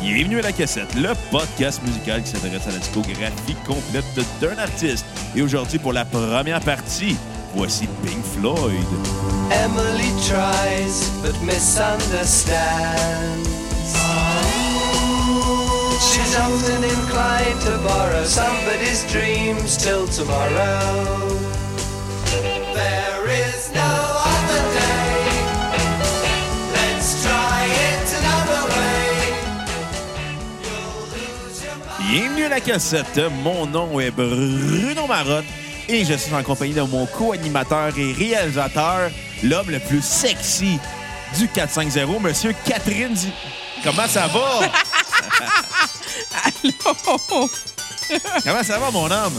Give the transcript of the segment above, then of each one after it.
Bienvenue à la cassette, le podcast musical qui s'intéresse à la discographie complète d'un artiste. Et aujourd'hui, pour la première partie, voici Pink Floyd. Emily tries but misunderstands. She's often inclined to borrow somebody's dreams till tomorrow. There is no other day. Let's try it another way. You'll lose your mind. Bienvenue à la cassette, mon nom est Bruno Marotte et je suis en compagnie de mon co-animateur et réalisateur, l'homme le plus sexy du 450, monsieur Catherine Di... Comment ça va? Allô? Comment ça va, mon homme?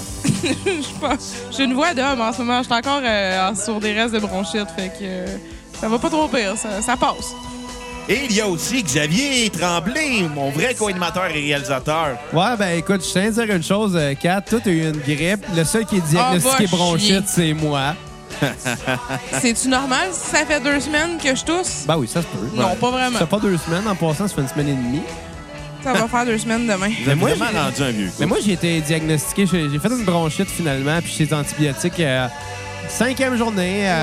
Je suis pas- J'ai une voix d'homme en ce moment. Je suis encore euh, en- sur des restes de bronchite. Fait que euh, ça va pas trop pire. Ça, ça passe. Et il y a aussi Xavier Tremblay, mon vrai co-animateur et réalisateur. Ouais, ben écoute, je tiens à dire une chose, euh, Kat. Toi, t'as eu une grippe. Le seul qui est Ah, diagnostiqué va chier. bronchite, c'est moi. Ah. C'est-tu normal si ça fait deux semaines que je tousse? Ben oui, ça se peut. Non, Ouais. pas vraiment. Ça fait pas deux semaines. En passant, ça fait une semaine et demie. Ça va faire deux semaines demain. Vous êtes moi, vraiment j'ai- rendu un vieux. couple. Mais moi, j'ai été diagnostiqué. J'ai j'ai fait une bronchite finalement, puis j'ai des antibiotiques. euh, cinquième journée euh,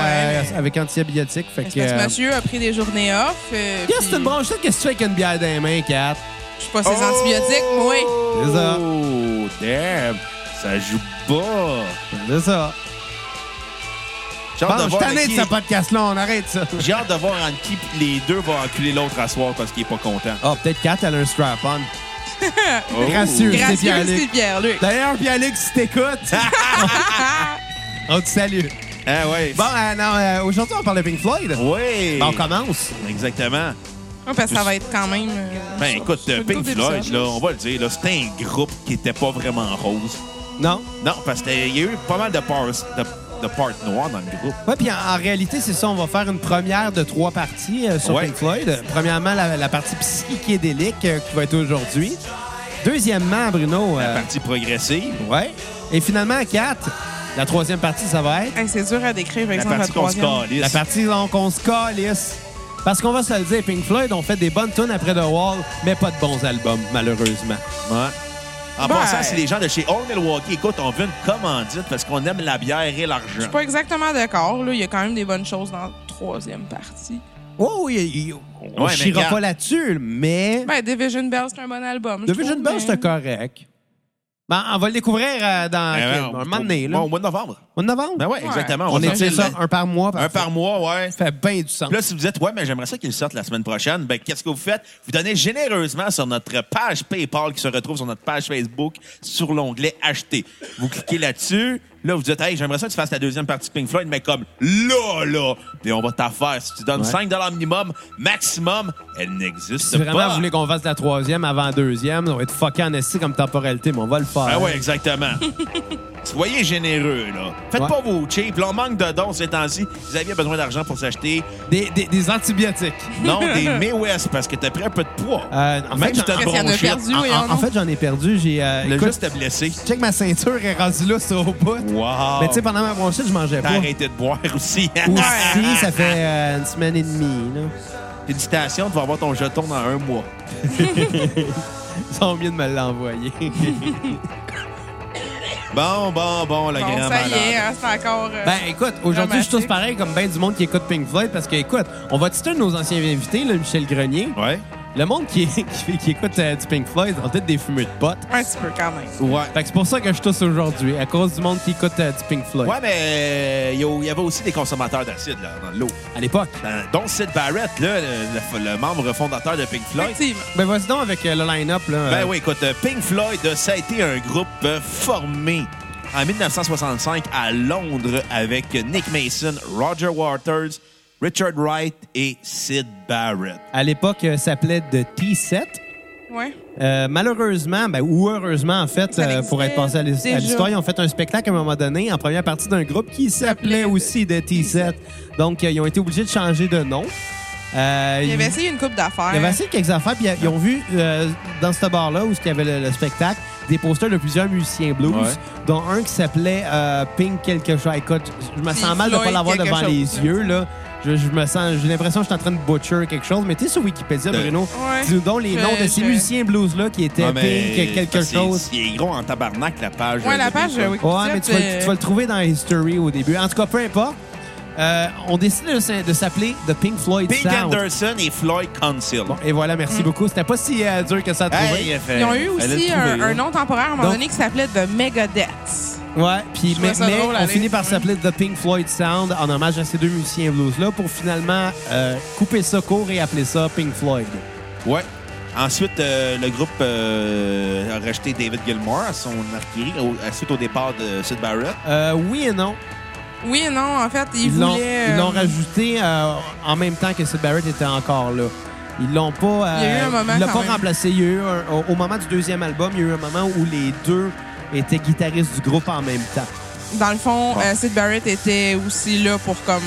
Ouais, mais- avec antibiotiques. Fait Parce que. que ce euh, monsieur a pris des journées off. euh, Qu'est-ce que puis c'est une bronchite? Qu'est-ce que tu fais avec une bière dans les mains, Kat? Je suis pas ses antibiotiques, moi. C'est ça. Oh, damn. Ça joue pas. C'est ça. J'ai hâte, Bon, de je suis voir tanné de qui- ce podcast-là. On arrête ça. j'ai hâte de voir entre qui les deux vont enculer l'autre à soir parce qu'il est pas content. Ah, peut-être Kat, elle a un strap-on. Oh. Gracieux. Gracieuse, Pierre-Luc. c'est Pierre-Luc. D'ailleurs, Pierre-Luc, si t'écoutes, on te salue. Ah ouais. Bon, euh, non, euh, aujourd'hui, on parle de Pink Floyd. Oui. Ben, on commence. Exactement. Ouais, parce que ça va être quand même. euh, Ben écoute, sur le Pink dos des Floyd, épisodes. là, on va le dire, là, c'était un groupe qui était pas vraiment rose. Non? Non, parce qu'il y a eu pas mal de parts, de, de parts noires dans le groupe. Ouais, puis en, en réalité, c'est ça. On va faire une première de trois parties euh, sur Ouais. Pink Floyd. Euh, Premièrement, la, la partie psychédélique euh, qui va être aujourd'hui. Deuxièmement, Bruno. euh, Partie progressive. ouais. Et finalement, à quatre, la troisième partie, ça va être Hey, c'est dur à décrire, par La exemple, la partie qu'on se troisième. calisse. la partie donc, on se calisse. Parce qu'on va se le dire, Pink Floyd, on fait des bonnes tunes après The Wall, mais pas de bons albums, malheureusement. Ouais. En Ben. passant, si les gens de chez Old Milwaukee, écoute, on veut une commandite parce qu'on aime la bière et l'argent. Je suis pas exactement d'accord. là. Il y a quand même des bonnes choses dans la troisième partie. Oh, oui, il- il- on Ouais, mais chira regarde. pas là-dessus, mais... Ben, Division Bell, c'est un bon album. je The Virgin trouve, Bell, mais- c'était correct. Ben, on va le découvrir euh, dans Eh ben, un on- moment donné, là. Bon, au mois de novembre. Au mois de novembre? Ben ouais, exactement. On va est sortir ça, le- un par mois. un par mois, ouais. Ça fait bien du sens. Puis Là, si vous dites, ouais, mais j'aimerais ça qu'il sorte la semaine prochaine, ben, qu'est-ce que vous faites? Vous donnez généreusement sur notre page PayPal qui se retrouve sur notre page Facebook sur l'onglet Acheter. Vous cliquez là-dessus. Là, vous dites, hey, j'aimerais ça que tu fasses la deuxième partie de Pink Floyd, mais comme là, là. Et on va t'en faire. Si tu donnes 5 minimum, maximum, elle n'existe Si vraiment pas. vous voulez qu'on fasse la troisième avant la deuxième, on va être fucké en esti comme temporalité, mais on va le faire. Ah ouais, exactement. Soyez généreux, là. Faites Ouais. pas vos cheap. Là, on manque de dons ces temps-ci. Vous aviez besoin d'argent pour s'acheter. Des, des- des antibiotiques. Non, des May West, parce que t'as pris un peu de poids. Euh, en hein. Même fait, si j'en- t'as ah, de Qu'est-ce qu'il y en a bronchite. perdu? en, oui, en- non? en fait, j'en ai perdu. J'ai. euh, Le écoute, juste t'a blessé. check ma ceinture est rendue là sur au bout. ah, Wow. Mais tu sais, pendant ma bronchite, je mangeais T'as pas. arrêté de boire aussi. Aussi, ça fait euh, une semaine et demie. Là. Félicitations, tu vas avoir ton jeton dans un mois. Ils ont mieux de me l'envoyer. Bon, bon, bon, le Bon, grand ça y est, malade. hein, c'est encore. euh, Ben écoute, aujourd'hui je suis tous Dramatique. pareil comme ben du monde qui écoute Pink Floyd parce que écoute, on va titer un de nos anciens invités, là, Michel Grenier. Ouais. Le monde qui, qui, fait- qui écoute euh, du Pink Floyd ont peut-être des fumeux de potes. Un petit peu quand même. Ouais. Fait que c'est pour ça que je tousse aujourd'hui, à cause du monde qui écoute euh, du Pink Floyd. Ouais, mais il y a- il y avait aussi des consommateurs d'acide là, dans l'eau. À l'époque. Dans- Dont Sid Barrett, là, le, le- le membre fondateur de Pink Floyd. Effectivement. Ben vas-y donc avec euh, le line-up là. Ben Euh, oui, écoute, euh, Pink Floyd, euh, ça a été un groupe euh, formé en 1965 à Londres avec Nick Mason, Roger Waters, Richard Wright et Sid Barrett. À l'époque, euh, ça s'appelait The T7. Ouais. Euh, malheureusement, ben, ou heureusement, en fait, Ça euh, existait pour être passé à l'his- à déjà. l'histoire, ils ont fait un spectacle à un moment donné en première partie d'un groupe qui s'appelait aussi The T7. Donc, euh, ils ont été obligés de changer de nom. Euh, Il avait ils- essayé une coupe d'affaires. Il y avait assez quelques affaires, puis ils ont vu euh, dans ce bar-là où il y avait le, le spectacle des posters de plusieurs musiciens blues, Ouais. dont un qui s'appelait euh, Pink quelque chose. Écoute, je me Puis sens mal de ne pas Floyd l'avoir quelque devant chose, les là. yeux. là. Je, je me sens, j'ai l'impression que je suis en train de butcher quelque chose, mais tu sais, sur Wikipédia, De- Bruno, Ouais. dis donc les Je- noms de ces je- musiciens blues-là qui étaient Ouais, Ah, mais pink, quelque c'est- chose. C'est gros en tabarnak, la page. Ouais, euh, la de page Big Bang. Wikipédia. Ouais, mais tu vas, le- tu vas le trouver dans History au début. En tout cas, peu importe. Euh, on décide de, s- de s'appeler The Pink Floyd Pink Sound. Anderson et Floyd Council. Bon, et voilà, merci Mm. beaucoup. C'était pas si euh, dur que ça à trouver. Ils ont eu aussi hein. un, un nom temporaire à un moment Donc- donné qui s'appelait The Megadeth. Ouais, puis Je mais, trouvais ça mais drôle, on allez. finit par s'appeler The Pink Floyd Sound en hommage à ces deux musiciens blues-là pour finalement euh, couper ça court et appeler ça Pink Floyd. Ouais. Ensuite, euh, le groupe euh, a rejeté David Gilmour à son artillerie au- à- suite au départ de Sid Barrett. Euh, oui et non. Oui et non, en fait, ils, Ils l'ont voulaient. ils l'ont euh, rajouté euh, en même temps que Sid Barrett était encore là. Ils l'ont pas. euh, Il y a eu un moment ils l'ont quand pas même. remplacé. Il y a eu un- au, au moment du deuxième album, il y a eu un moment où les deux étaient guitaristes du groupe en même temps. Dans le fond, Bon. Ah. euh, Sid Barrett était aussi là pour comme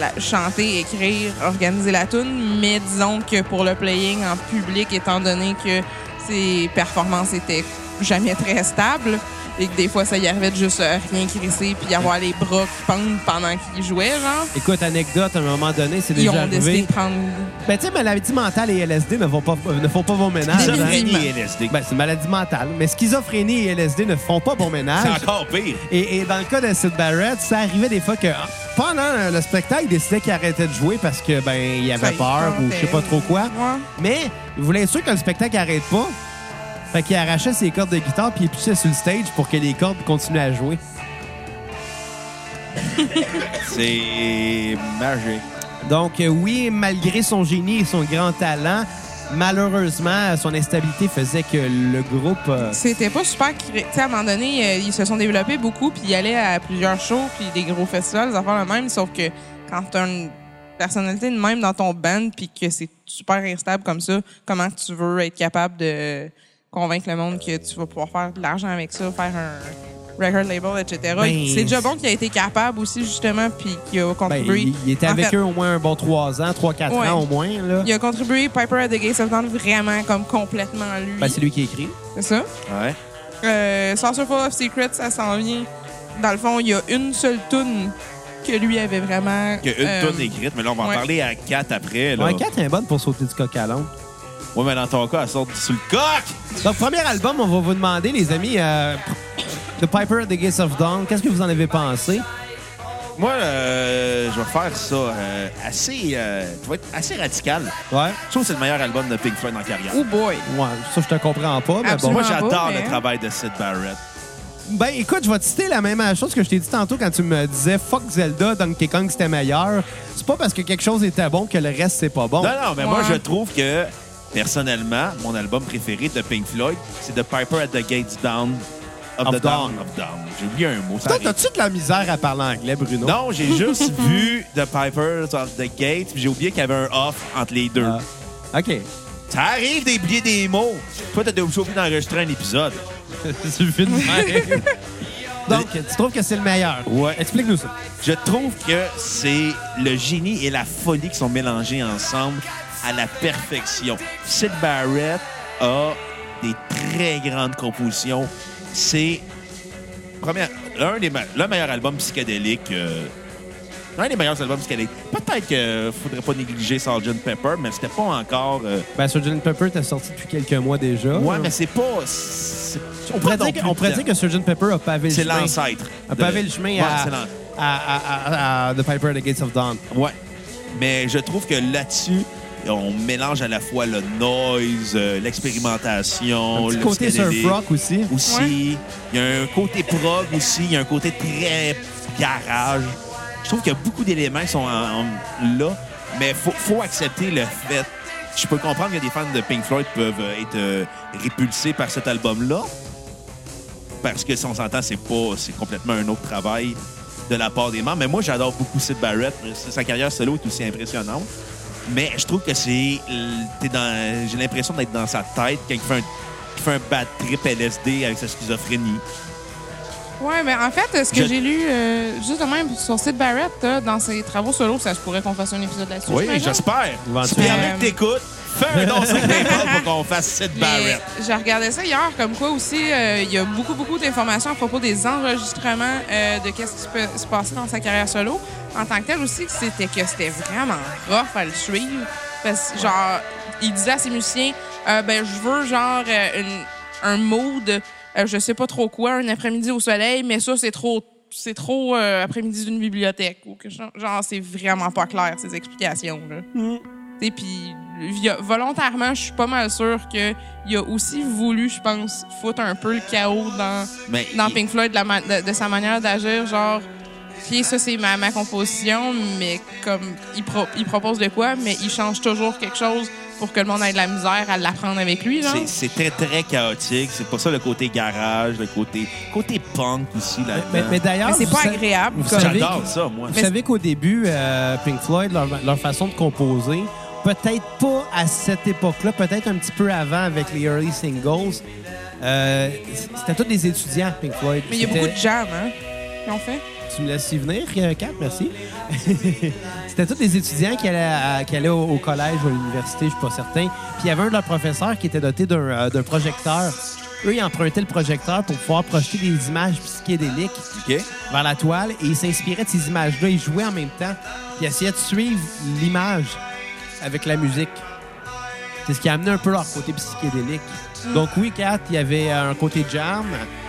la- chanter, écrire, organiser la tune, mais disons que pour le playing en public, étant donné que ses performances étaient jamais très stables et que des fois ça y arrivait de juste euh, rien crisser puis avoir les bras qui pendent pendant qu'il jouait, genre, Écoute, anecdote, à un moment donné, c'est ils déjà ont décidé arrivé. de prendre. Ben, tu sais, maladie mentale et LSD ne, vont pas, ne font pas bon ménage. Définitivement. hein. Schizophrénie et LSD. Ben, c'est une maladie mentale. Mais schizophrénie et LSD ne font pas bon C'est ménage. encore pire. Et, et dans le cas de Sid Barrett, ça arrivait des fois que ah, pendant le spectacle, il décidait qu'il arrêtait de jouer parce que ben il Ça avait y peur ou je sais tentait. pas trop quoi. Ouais. Mais il voulait être sûr que le spectacle arrête pas. Fait qu'il arrachait ses cordes de guitare puis il poussait sur le stage pour que les cordes continuent à jouer. C'est magique. Donc euh, oui, malgré son génie et son grand talent, malheureusement, son instabilité faisait que le groupe... euh, C'était pas super. cré- Tu sais, à un moment donné, euh, ils se sont développés beaucoup, puis ils allaient à plusieurs shows, puis des gros festivals, des affaires le même. Sauf que quand t'as une personnalité de même dans ton band, puis que c'est super instable comme ça, comment tu veux être capable de convaincre le monde que tu vas pouvoir faire de l'argent avec ça, faire un record label, etc. Ben, c'est déjà bon qu'il a été capable aussi, justement, puis qu'il a ben, contribué. il, il était En avec fait, eux au moins un bon 3 ans, 3-4 Ouais. ans au moins. Là. Il a contribué Piper at the Gates of Dawn vraiment comme complètement à lui. Ben, c'est lui qui écrit. c'est ça? Ouais. Euh, Saucerful of Secrets, ça s'en vient. Dans le fond, il y a une seule toune que lui avait vraiment. Il y a une euh, tonne écrite, mais là, on va en ouais. parler à 4 après. Là. Ouais, 4 est bonne pour sauter du coq à l'âne. Ouais, mais dans ton cas, elle sort sous le coq! Donc, premier album, on va vous demander, les amis, euh, The Piper at the Gates of Dawn, qu'est-ce que vous en avez pensé? Moi, euh, je vais faire ça euh, assez. euh, tu vas être assez radical. Ouais. Je trouve que c'est le meilleur album de Pink Floyd en carrière. Oh boy! Ouais, ça, je te comprends pas, mais Absolument. Moi, Bravo, j'adore mais- hein? le travail de Sid Barrett. bon. Ben, écoute, je vais te citer la même chose que je t'ai dit tantôt quand tu me disais fuck Zelda, Donkey Kong, c'était meilleur. C'est pas parce que quelque chose était bon que le reste, c'est pas bon. Non, non, mais moi, Ouais. je trouve que, personnellement, mon album préféré de Pink Floyd, c'est The Piper at the Gates Down of, Of the Dawn. Dawn. of Dawn. J'ai oublié un mot. ça Toi, arrive. t'as-tu de la misère à parler anglais, Bruno? Non, j'ai juste vu The Piper of the Gates, puis j'ai oublié qu'il y avait un off entre les deux. Ah. OK. Ça arrive d'oublier des mots. Toi, t'as déjà oublié d'enregistrer un épisode. Suffit de même. Donc, tu trouves que c'est le meilleur? Ouais. Explique-nous ça. Je trouve que c'est le génie et la folie qui sont mélangés ensemble à la perfection. Sid Barrett a des très grandes compositions. C'est première- l'un des me- le meilleur album psychédélique. euh, L'un des meilleurs albums psychédéliques. Peut-être qu'il ne faudrait pas négliger Sgt. Pepper, mais c'était pas encore. euh, Ben, Sgt. Pepper, t'as sorti depuis quelques mois déjà. ouais, mais c'est pas. c'est- Ah. On pourrait, Pardon, dire, que- on plus pourrait de dire temps. que Sgt. Pepper a pavé le C'est chemin. l'ancêtre. A de- pavé le chemin Ouais, à, c'est l'ancêtre. à- à- à- à The Piper at the Gates of Dawn. Ouais. Mais je trouve que là-dessus, on mélange à la fois le noise, euh, l'expérimentation, Un petit le côté surf psychédélique rock aussi. aussi. Il y a un côté prog aussi. Il y a un côté très garage. Je trouve qu'il y a beaucoup d'éléments qui sont en- en- là, mais faut, faut accepter le fait. Je peux comprendre que des fans de Pink Floyd peuvent euh, être euh, répulsés par cet album-là, parce que si on s'entend, c'est pas, c'est complètement un autre travail de la part des membres. Mais moi, j'adore beaucoup Sid Barrett. Sa carrière solo est aussi impressionnante. Mais je trouve que c'est. t'es dans- J'ai l'impression d'être dans sa tête quand il fait un, qu'il fait un bad trip LSD avec sa schizophrénie. Ouais, mais en fait, ce que Je- j'ai lu, euh, juste de même sur Sid Barrett, euh, dans ses travaux solo, ça se pourrait qu'on fasse un épisode là-dessus. j'imagine. j'espère. Si Éventuellement. Pierre-Luc t'écoute, Fais un don sur PayPal pour qu'on fasse Sid Mais Barrett. je regardais ça hier, comme quoi aussi, euh, il y a beaucoup, beaucoup d'informations à propos des enregistrements euh, de qu'est-ce qui se peut- se passait dans sa carrière solo. En tant que tel aussi, que c'était que c'était vraiment rough à le suivre. Parce que, genre, il disait à ses musiciens, euh, ben, je veux, genre, euh, une- un mood, euh, je sais pas trop quoi, un après-midi au soleil, mais ça, c'est trop, c'est trop euh, après-midi d'une bibliothèque. Ou quelque chose. Genre, c'est vraiment pas clair, ces explications, là. Et puis via- volontairement, je suis pas mal sûre que il a aussi voulu, je pense, foutre un peu le chaos dans Mais dans il- Pink Floyd de, la ma- de- de sa manière d'agir, genre OK, ça c'est ma, ma composition, mais comme il, pro- il propose de quoi, mais il change toujours quelque chose pour que le monde ait de la misère à l'apprendre avec lui, genre. C'est- C'est très, très chaotique. C'est pour ça le côté garage, le côté, côté punk aussi. Là Mais, mais d'ailleurs, Mais c'est vous pas sa- agréable. vous savez- J'adore ça, moi. Vous savez qu'au début, euh, Pink Floyd, leur, leur façon de composer, peut-être pas à cette époque-là, peut-être un petit peu avant avec les early singles, euh, c'était tous des étudiants, Pink Floyd. Mais il y a C'était- beaucoup de jams, hein, qu'ils ont fait. Tu me laisses y venir, euh, Cap, merci. C'était tous des étudiants qui allaient, à- qui allaient au, au collège ou à l'université, je suis pas certain. Puis il y avait un de leurs professeurs qui était doté d'un euh, d'un projecteur. Eux, ils empruntaient le projecteur pour pouvoir projeter des images psychédéliques OK? vers la toile et ils s'inspiraient de ces images-là. Ils jouaient en même temps. Puis ils essayaient de suivre l'image avec la musique. C'est ce qui a amené un peu leur côté psychédélique. Donc oui, Kat, il y avait un côté jam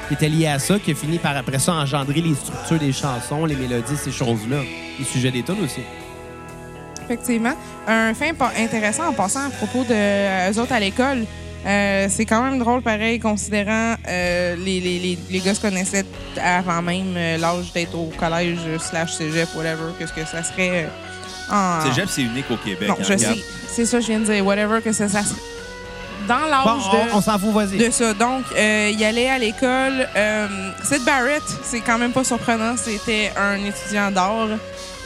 qui était lié à ça, qui a fini par après ça engendrer les structures des chansons, les mélodies, ces choses-là. Les sujets des tunes aussi. Effectivement. Un fin pa- intéressant en passant à propos de euh, eux autres à l'école. Euh, c'est quand même drôle, pareil, considérant euh, les, les, les, les gars se connaissaient avant même euh, l'âge d'être au collège euh, slash cégep, whatever, que ce que ça serait euh, en... Ah. Cégep, c'est unique au Québec. Non, hein, je Gab? sais. C'est ça que je viens de dire. Whatever, que ça, ça serait... Dans l'âge Bon, de... on, on s'en fout, vas-y. De ça. Donc, euh, il allait à l'école. Euh, Sid Barrett, c'est quand même pas surprenant, c'était un étudiant d'art.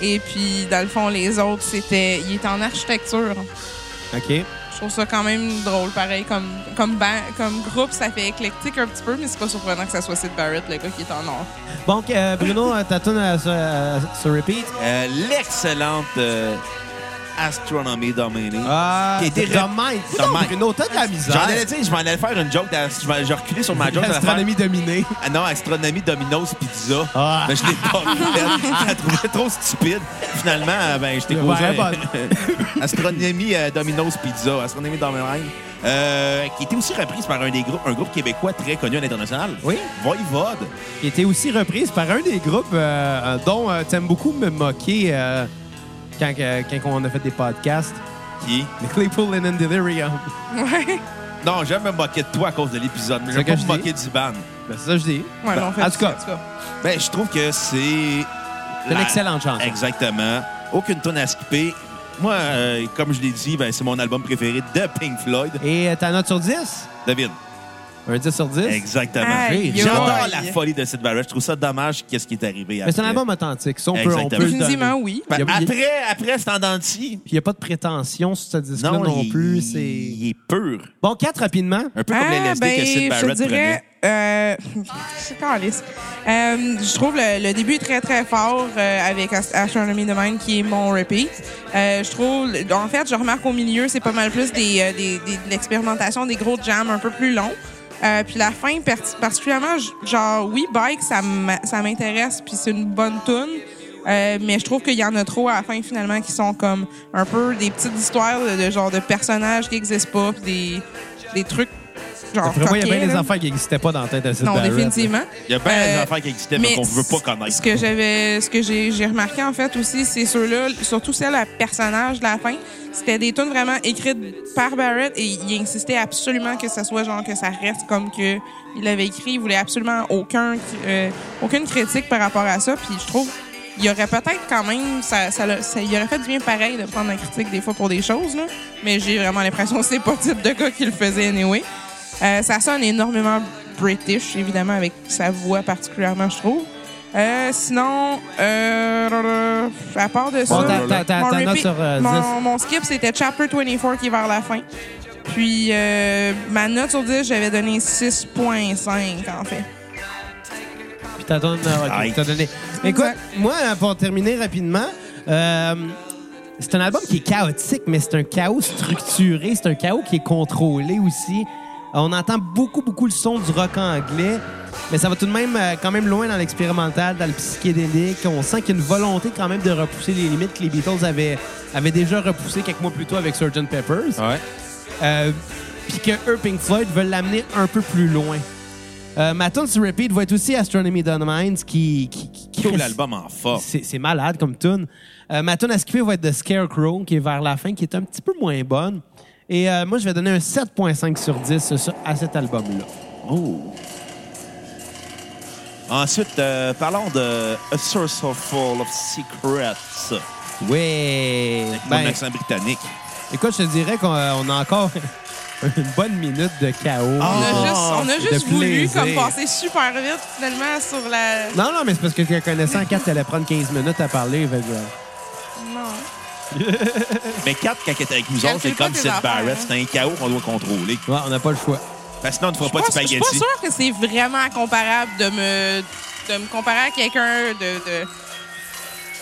Et puis, dans le fond, les autres, c'était. Il était en architecture. OK. Je trouve ça quand même drôle, pareil. Comme, comme, ban- comme groupe, ça fait éclectique un petit peu, mais c'est pas surprenant que ça soit Sid Barrett, le gars qui est en art. Donc, euh, Bruno, euh, ta tune euh, sur, euh, sur repeat. Euh, L'excellente euh, Astronomy Domaine. Ah, Qui a été The rep- Mind. The Coudonc, Mind. Bruno, t'as de la misère. J'en allais dire, je m'en allais faire une joke. dans- Je m'en- j'ai reculé sur ma joke. dans l'affaire- Astronomie dominée. Ah non, Astronomie, Domino's, Pizza. Ah. Mais je l'ai pas faite. Je la trouvais trop stupide. Finalement, euh, ben, je t'ai Ouais, causé. bonne. Astronomie, euh, Domino's, Pizza. Astronomie, Domino's. Euh, qui était aussi reprise par un des groupes, un groupe québécois très connu à l'international. Oui. Voivode. qui était aussi reprise par un des groupes euh, dont euh, t'aimes beaucoup me moquer euh, quand, que- quand on a fait des podcasts. Qui? Les Claypool and Delirium. Ouais. Non, j'aime me moquer de toi à cause de l'épisode, mais j'aime C'est pas que me je moquer du band. Ben, c'est ça que je dis. Bah, Ouais, mais on fait en ça, tout cas, Ben, je trouve que c'est. C'est une la- excellente chanson. Exactement. Aucune tonne à skipper. Moi, euh, comme je l'ai dit, ben, c'est mon album préféré de Pink Floyd. Et euh, ta note sur 10? David. Un 10 sur 10? Exactement. Aïe, J'adore aïe. la folie de Sid Barrett. Je trouve ça dommage qu'est-ce qui est arrivé Mais après. c'est un album authentique. Ça, on peut, on peut Exactement. le donner. Définitivement, oui. Ben, Il y a- Après, après, c'est en dents de scie. Puis il n'y a pas de prétention sur ce disque-là Non, non, il- plus. C'est... Il est pur. Bon, 4 rapidement. Un peu comme les Ah, LSD que Sid ben, je te Barrett dirais, prenait. euh, c'est caliste. Euh, je trouve le, le début très très fort euh, avec Ast- Astronomy Domain qui est mon repeat. Euh, je trouve, en fait, je remarque au milieu, c'est pas mal plus des, euh, des, des- de l'expérimentation, des gros jams un peu plus longs. Euh, puis la fin, parti- particulièrement, j- genre, oui, Bike, ça m'a- ça m'intéresse, puis c'est une bonne tune. Euh, mais je trouve qu'il y en a trop à la fin, finalement, qui sont comme un peu des petites histoires de, de genre de personnages qui n'existent pas, puis des, des trucs genre. Après moi, il y a coquets, bien des là. affaires qui n'existaient pas dans la tête de Sid Ah, Non, Barrett. définitivement. Il y a bien des Euh, affaires qui existaient, mais qu'on veut pas connaître. Ce que j'avais, ce que j'ai j'ai remarqué en fait aussi, c'est ceux-là, surtout celles à personnage de la fin, c'était des tunes vraiment écrites par Barrett et il insistait absolument que ça soit genre que ça reste comme que il l'avait écrit. Il voulait absolument aucun, euh, aucune critique par rapport à ça. Puis je trouve, il y aurait peut-être quand même, ça, ça, l'a- ça- il aurait fait du bien pareil de prendre la critique des fois pour des choses là. Mais j'ai vraiment l'impression que c'est pas le type de gars qui le faisait anyway. Euh, ça sonne énormément british, évidemment, avec sa voix particulièrement, je trouve. Euh, sinon, euh, à part de ça, Bon, ta- ta- ta- mon, ta note repeat- sur, euh, mon, 10. mon skip, c'était Chapter 24 qui est vers la fin. Puis, euh, ma note sur 10, j'avais donné 6.5, en fait. Puis t'as donné- ah, ok, Aïe. t'as donné. Écoute, moi, pour terminer rapidement, euh, C'est un album qui est chaotique, mais c'est un chaos structuré, c'est un chaos qui est contrôlé aussi. Euh, On entend beaucoup, beaucoup le son du rock anglais, mais ça va tout de même euh, quand même loin dans l'expérimental, dans le psychédélique. On sent qu'il y a une volonté quand même de repousser les limites que les Beatles avaient, avaient déjà repoussées quelques mois plus tôt avec Sgt. Peppers. Ouais. Euh, puis que eux, Pink Floyd, veulent l'amener un peu plus loin. Euh, ma tune sur repeat va être aussi Astronomy Done Minds qui... qui, qui, qui- Tout l'album en forme. C'est c'est malade comme tune. Euh, ma tune à skipper va être The Scarecrow, qui est vers la fin, qui est un petit peu moins bonne. Et euh, moi, je vais donner un 7.5 sur 10 sur- à cet album-là. Oh. Ensuite, euh, parlons de A Source of Full of Secrets. Oui! Mon accent britannique. Ben, écoute, je te dirais qu'on euh, on a encore une bonne minute de chaos. Ah! On a Oh, juste, on a c'est juste de voulu plaisir. comme passer super vite finalement sur la. Non, non, mais c'est parce que connaissant 4 allait prendre 15 minutes à parler. fait que, euh, Non. Mais 4, quand il était avec nous autres, Calcule c'est pas comme tes Sid affaires, Barrett. hein. C'est un chaos qu'on doit contrôler. ouais, on n'a pas le choix. Parce que sinon, on ne fera Je pas de pense- Je suis pas spaghetti. sûre que c'est vraiment comparable de me, de me comparer à quelqu'un de, de-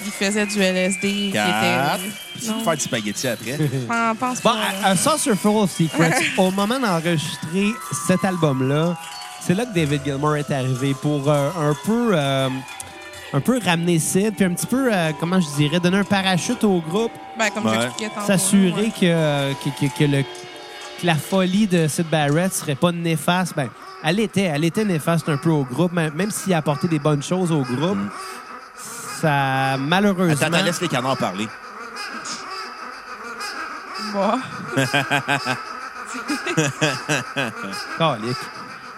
qui faisait du LSD. Quatre. Qui Puis était... tu Non, peux faire du spaghetti après. Pen- pense Bon, euh, pas. à, à Saucer Full of Secrets, au moment d'enregistrer cet album-là, c'est là que David Gilmour est arrivé pour euh, un peu euh, un peu ramener Sid, puis un petit peu, euh, comment je dirais, donner un parachute au groupe, Ben, comme Ouais. j'expliquais tantôt. s'assurer ouais. que, euh, que, que- que le- que la folie de Sid Barrett serait pas néfaste. Ben, elle était, elle était néfaste un peu au groupe, mais- même s'il apportait des bonnes choses au groupe. Ça, malheureusement... Mm. Attends, attends, laisse les canards parler. Bon. Calique.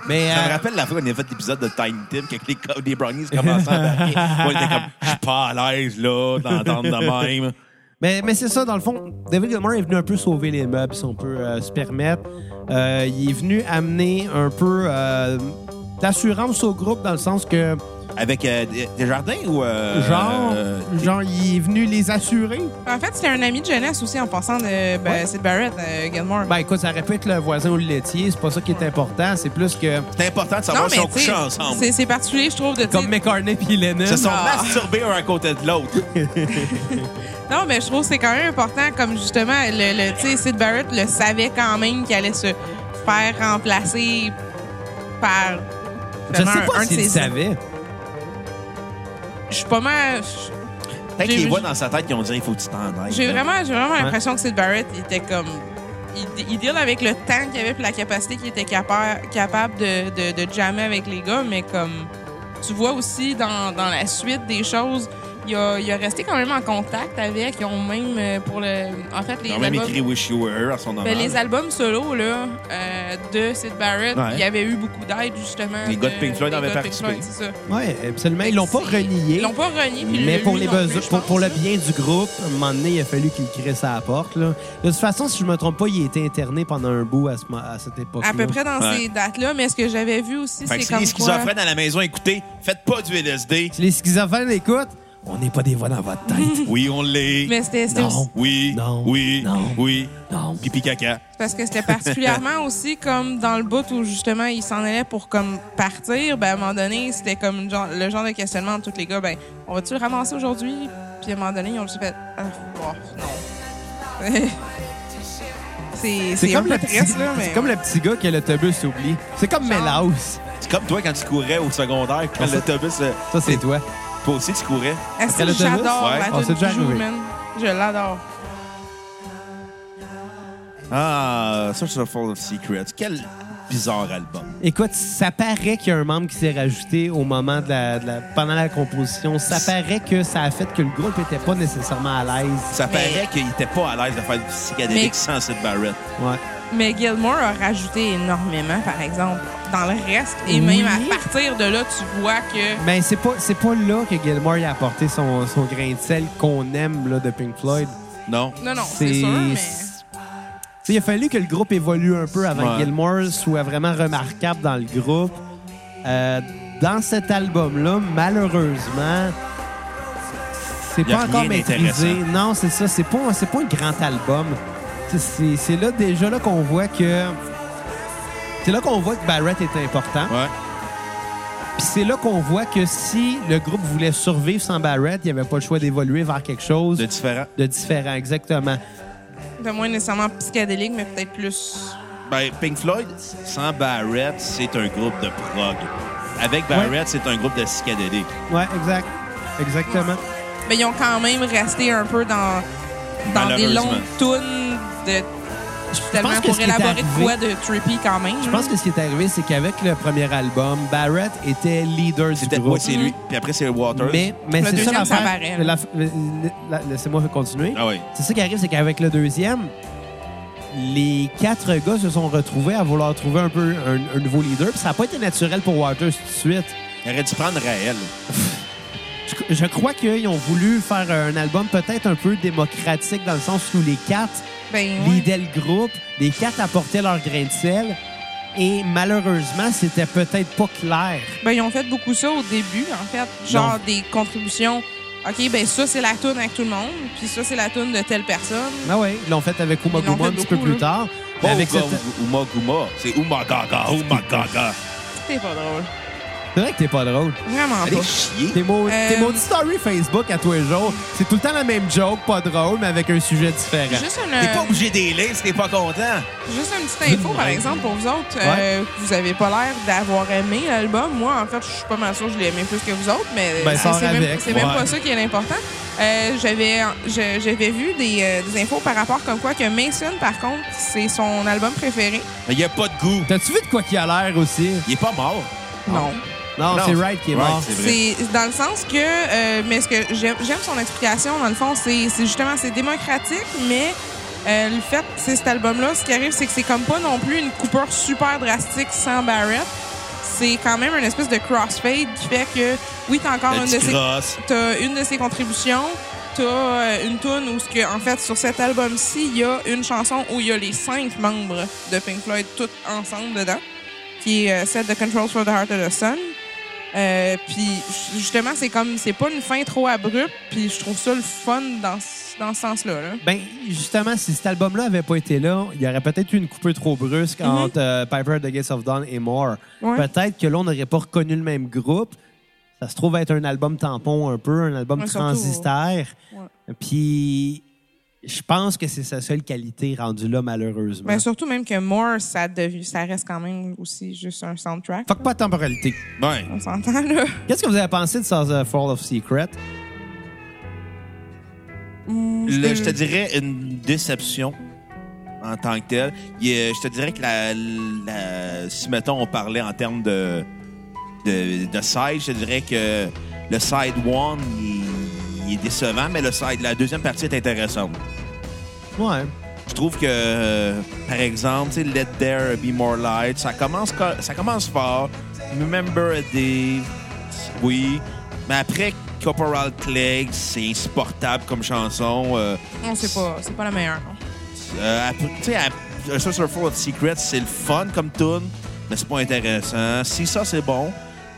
Mais, Ça me euh, rappelle la fois qu'on avait fait l'épisode de Tiny Tim, quand les, co- les brownies commençaient à barrer. Moi, j'étais comme, je suis pas à l'aise, là, d'entendre de même. Mais, mais c'est ça, dans le fond, David Gilmour est venu un peu sauver les meubles, si on peut euh, se permettre. Euh, il est venu amener un peu euh, d'assurance au groupe, dans le sens que, Avec euh, des des jardins ou. euh, genre, euh, genre, il est venu les assurer. En fait, c'était un ami de jeunesse aussi en passant de ben, Ouais. Sid Barrett, euh, Gilmore. Ben écoute, ça aurait pu être le voisin ou le laitier, c'est pas ça qui est important, c'est plus que. c'est important de savoir non, si mais on tu sais, couchait ensemble. c'est- c'est particulier, je trouve, de dire- Comme McCartney puis Lennon. Ils se sont Ah. masturbés un à côté de l'autre. Non, mais je trouve que c'est quand même important, comme justement, le, le, tu sais, Sid Barrett le savait quand même qu'il allait se faire remplacer par. Je sais vraiment un- un pas de s'il ses- savait. Je suis pas mal. je- Peut-être qu'ils J'ai- voient dans sa tête qu'ils ont dit il faut que tu t'en ailles. J'ai vraiment, j'ai vraiment Ouais. l'impression que Sid Barrett il était comme. Il, il deal avec le temps qu'il avait et la capacité qu'il était capa- capable de, de, de jammer avec les gars, mais comme. Tu vois aussi dans, dans la suite des choses, il a, il a resté quand même en contact avec. Ils ont même euh, pour le. En fait, les. Ils ont même albums- écrit Wish You Were Her à son Ben, honneur. les albums solo là, euh, de Sid Barrett, Ouais. il y avait eu beaucoup d'aide, justement. Les gars de Pink Floyd des avaient gars de Pink participé. Floyd, c'est ça. Ouais, absolument. Ils l'ont pas C'est- renié. Ils l'ont pas renié. puis Mais lui pour, les non plus, besoins- je pour, pour le pense. bien du groupe, à un moment donné, il a fallu qu'il crée sa porte. Là. De toute façon, si je me trompe pas, il a été interné pendant un bout à, ce mo- à cette époque. À peu près dans Ouais. ces dates-là, mais ce que j'avais vu aussi, Fait que si c'est les comme quoi... schizophrènes à la maison, écoutez, faites pas du LSD. Si les schizophrènes écoutent, on n'est pas des voix dans votre tête. Oui, on l'est. Mais c'était c'était Non. aussi- Oui, Non. oui, Non. oui. non. Pipi caca. parce que c'était particulièrement aussi comme dans le bout où justement il s'en allait pour comme partir. Ben à un moment donné, c'était comme une genre- le genre de questionnement de tous les gars. Ben on va-tu le ramasser aujourd'hui Puis à un moment donné, ils ont juste fait ah, oh, non. c'est C'est c'est un comme, peu le petit- triste là, mais c'est comme le petit gars que l'autobus oublie. C'est comme Genre. Mélaus. C'est comme toi quand tu courais au secondaire, quand Ah, ça- l'autobus. euh, Ça, c'est toi. Toi aussi, tu courais. Est-ce que Quel autobus? j'adore Ouais. la On s'est tune déjà qui joue, arrivé. man. Je l'adore. Ah, Search for Full of Secrets. Quel bizarre album. Écoute, ça paraît qu'il y a un membre qui s'est rajouté au moment de la, de la- pendant la composition. Ça paraît que ça a fait que le groupe n'était pas nécessairement à l'aise. Ça Mais- paraît qu'il était pas à l'aise de faire du psychédélique Mais- sans cette barrette. Ouais. Mais Gilmore a rajouté énormément, par exemple, dans le reste. Et Oui. même à partir de là, tu vois que. Ben, c'est pas, c'est pas là que Gilmore a apporté son, son grain de sel qu'on aime là, de Pink Floyd. Non? Ah Non, non, c'est sûr, mais. c'est- Il a fallu que le groupe évolue un peu avant Ouais. que Gilmore soit vraiment remarquable dans le groupe. Euh, dans cet album-là, malheureusement, c'est Il y a pas encore rien d'intéressant. maîtrisé. Non, c'est ça. C'est pas, c'est pas un grand album. C'est- C'est c'est là déjà là qu'on voit que. C'est là qu'on voit que Barrett est important. Ouais. Puis c'est là qu'on voit que si le groupe voulait survivre sans Barrett, il n'y avait pas le choix d'évoluer vers quelque chose de différent. de différent, exactement. De moins nécessairement psychédélique, mais peut-être plus. Ben, Pink Floyd, sans Barrett, c'est un groupe de prog. Avec Barrett, c'est un groupe de psychédélique. Ouais, exact. Exactement. Mais ils ont quand même resté un peu dans, dans des Malheureusement. longues tunes de. pense Tellement que ce pour qui est élaborer de arrivé- quoi de trippy quand même. Je pense que ce qui est arrivé, c'est qu'avec le premier album, Barrett était leader du C'était groupe. ouais, c'est lui. Puis après, c'est Waters. Mais, mais Le c'est ça deuxième, ça l'affaire. paraît, là. La- la- la- Laissez-moi continuer. Ah oui. C'est ça qui arrive, c'est qu'avec le deuxième, les quatre gars se sont retrouvés à vouloir trouver un peu un, un nouveau leader. Puis ça n'a pas été naturel pour Waters tout de suite. Il aurait dû prendre Raël. Je, je crois qu'ils ont voulu faire un album peut-être un peu démocratique dans le sens où les quatre Ben, ouais. leadaient le groupe, les quatre apportaient leur grain de sel. Et malheureusement, c'était peut-être pas clair. Ben, ils ont fait beaucoup ça au début, en fait. Genre Non. des contributions. OK, ben ça, c'est la toune avec tout le monde, puis ça, c'est la toune de telle personne. Ah ouais, ils l'ont fait avec Uma Ils l'ont Guma un fait petit peu beaucoup, plus là. tard. Mais avec Gaga, cette- Uma Guma. C'est Uma Gaga, Uma Gaga. C'était pas drôle. C'est vrai que t'es pas drôle. Vraiment Allez pas. chier. Tes mots, Euh, tes maudits stories Facebook à tous les jours, c'est tout le temps la même joke, pas drôle, mais avec un sujet différent. Juste T'es pas un, obligé d'ailer si t'es pas content. juste une petite info, par Ouais. exemple, pour vous autres. Ouais. euh, vous avez pas l'air d'avoir aimé l'album. Moi, en fait, je suis pas mal sûre que je l'ai aimé plus que vous autres, mais Ben, c'est sors c'est même, avec, c'est même ouais. pas ça qui est l'important. Euh, J'avais je- j'avais vu des, euh, des infos par rapport comme quoi que Mason, par contre, c'est son album préféré. Mais il a pas de goût. T'as-tu vu de quoi qu'il a l'air aussi? Il est pas mort. Non. Non, Non, c'est Wright qui est Wright, mort. c'est vrai. C'est dans le sens que, euh, mais ce que j'aime j'aime son explication, dans le fond, c'est c'est justement, c'est démocratique, mais euh, le fait, c'est cet album-là, ce qui arrive, c'est que c'est comme pas non plus une coupure super drastique sans Barrett. C'est quand même une espèce de crossfade qui fait que, oui, t'as encore La une de, petite ses, crosse. t'as une de ses contributions, t'as euh, une tune où, ce que, en fait, sur cet album-ci, il y a une chanson où il y a les cinq membres de Pink Floyd toutes ensemble dedans, qui est euh, celle de Controls for the Heart of the Sun. Euh, puis ju- justement, c'est comme c'est pas une fin trop abrupte, puis je trouve ça le fun dans, ce- dans ce sens-là. là. Ben, justement, si cet album-là avait pas été là, il y aurait peut-être eu une coupure trop brusque entre euh, Piper, The Gates of Dawn et More. Mhm. Ouais. Peut-être que là, on n'aurait pas reconnu le même groupe. Ça se trouve être un album tampon un peu, un album Ouais, surtout, transitaire. ouais. Puis, je pense que c'est sa seule qualité rendue là, malheureusement. Ben, surtout même que More, ça, devi- ça reste quand même aussi juste un soundtrack. Fuck pas de temporalité. Ouais. On s'entend, là. Qu'est-ce que vous avez pensé de Sans euh, Fall of Secret? Le- je te dirais une déception en tant que telle. Il y a- je te dirais que la, la- si mettons on parlait en termes de, de de side, je te dirais que le side one il, il est décevant, mais le side la deuxième partie est intéressante. Ouais. Je trouve que euh, par exemple, tu sais, Let There Be More Light, ça commence co- ça commence fort. Remember a Day, oui, mais après Corporal Clegg, c'est insupportable comme chanson. euh, Non, c'est pas, c'est pas la meilleure. non. euh, après- tu sais, à- un Sorcerer Full of Secrets, c'est le fun comme tune, mais c'est pas intéressant. Si ça, c'est bon,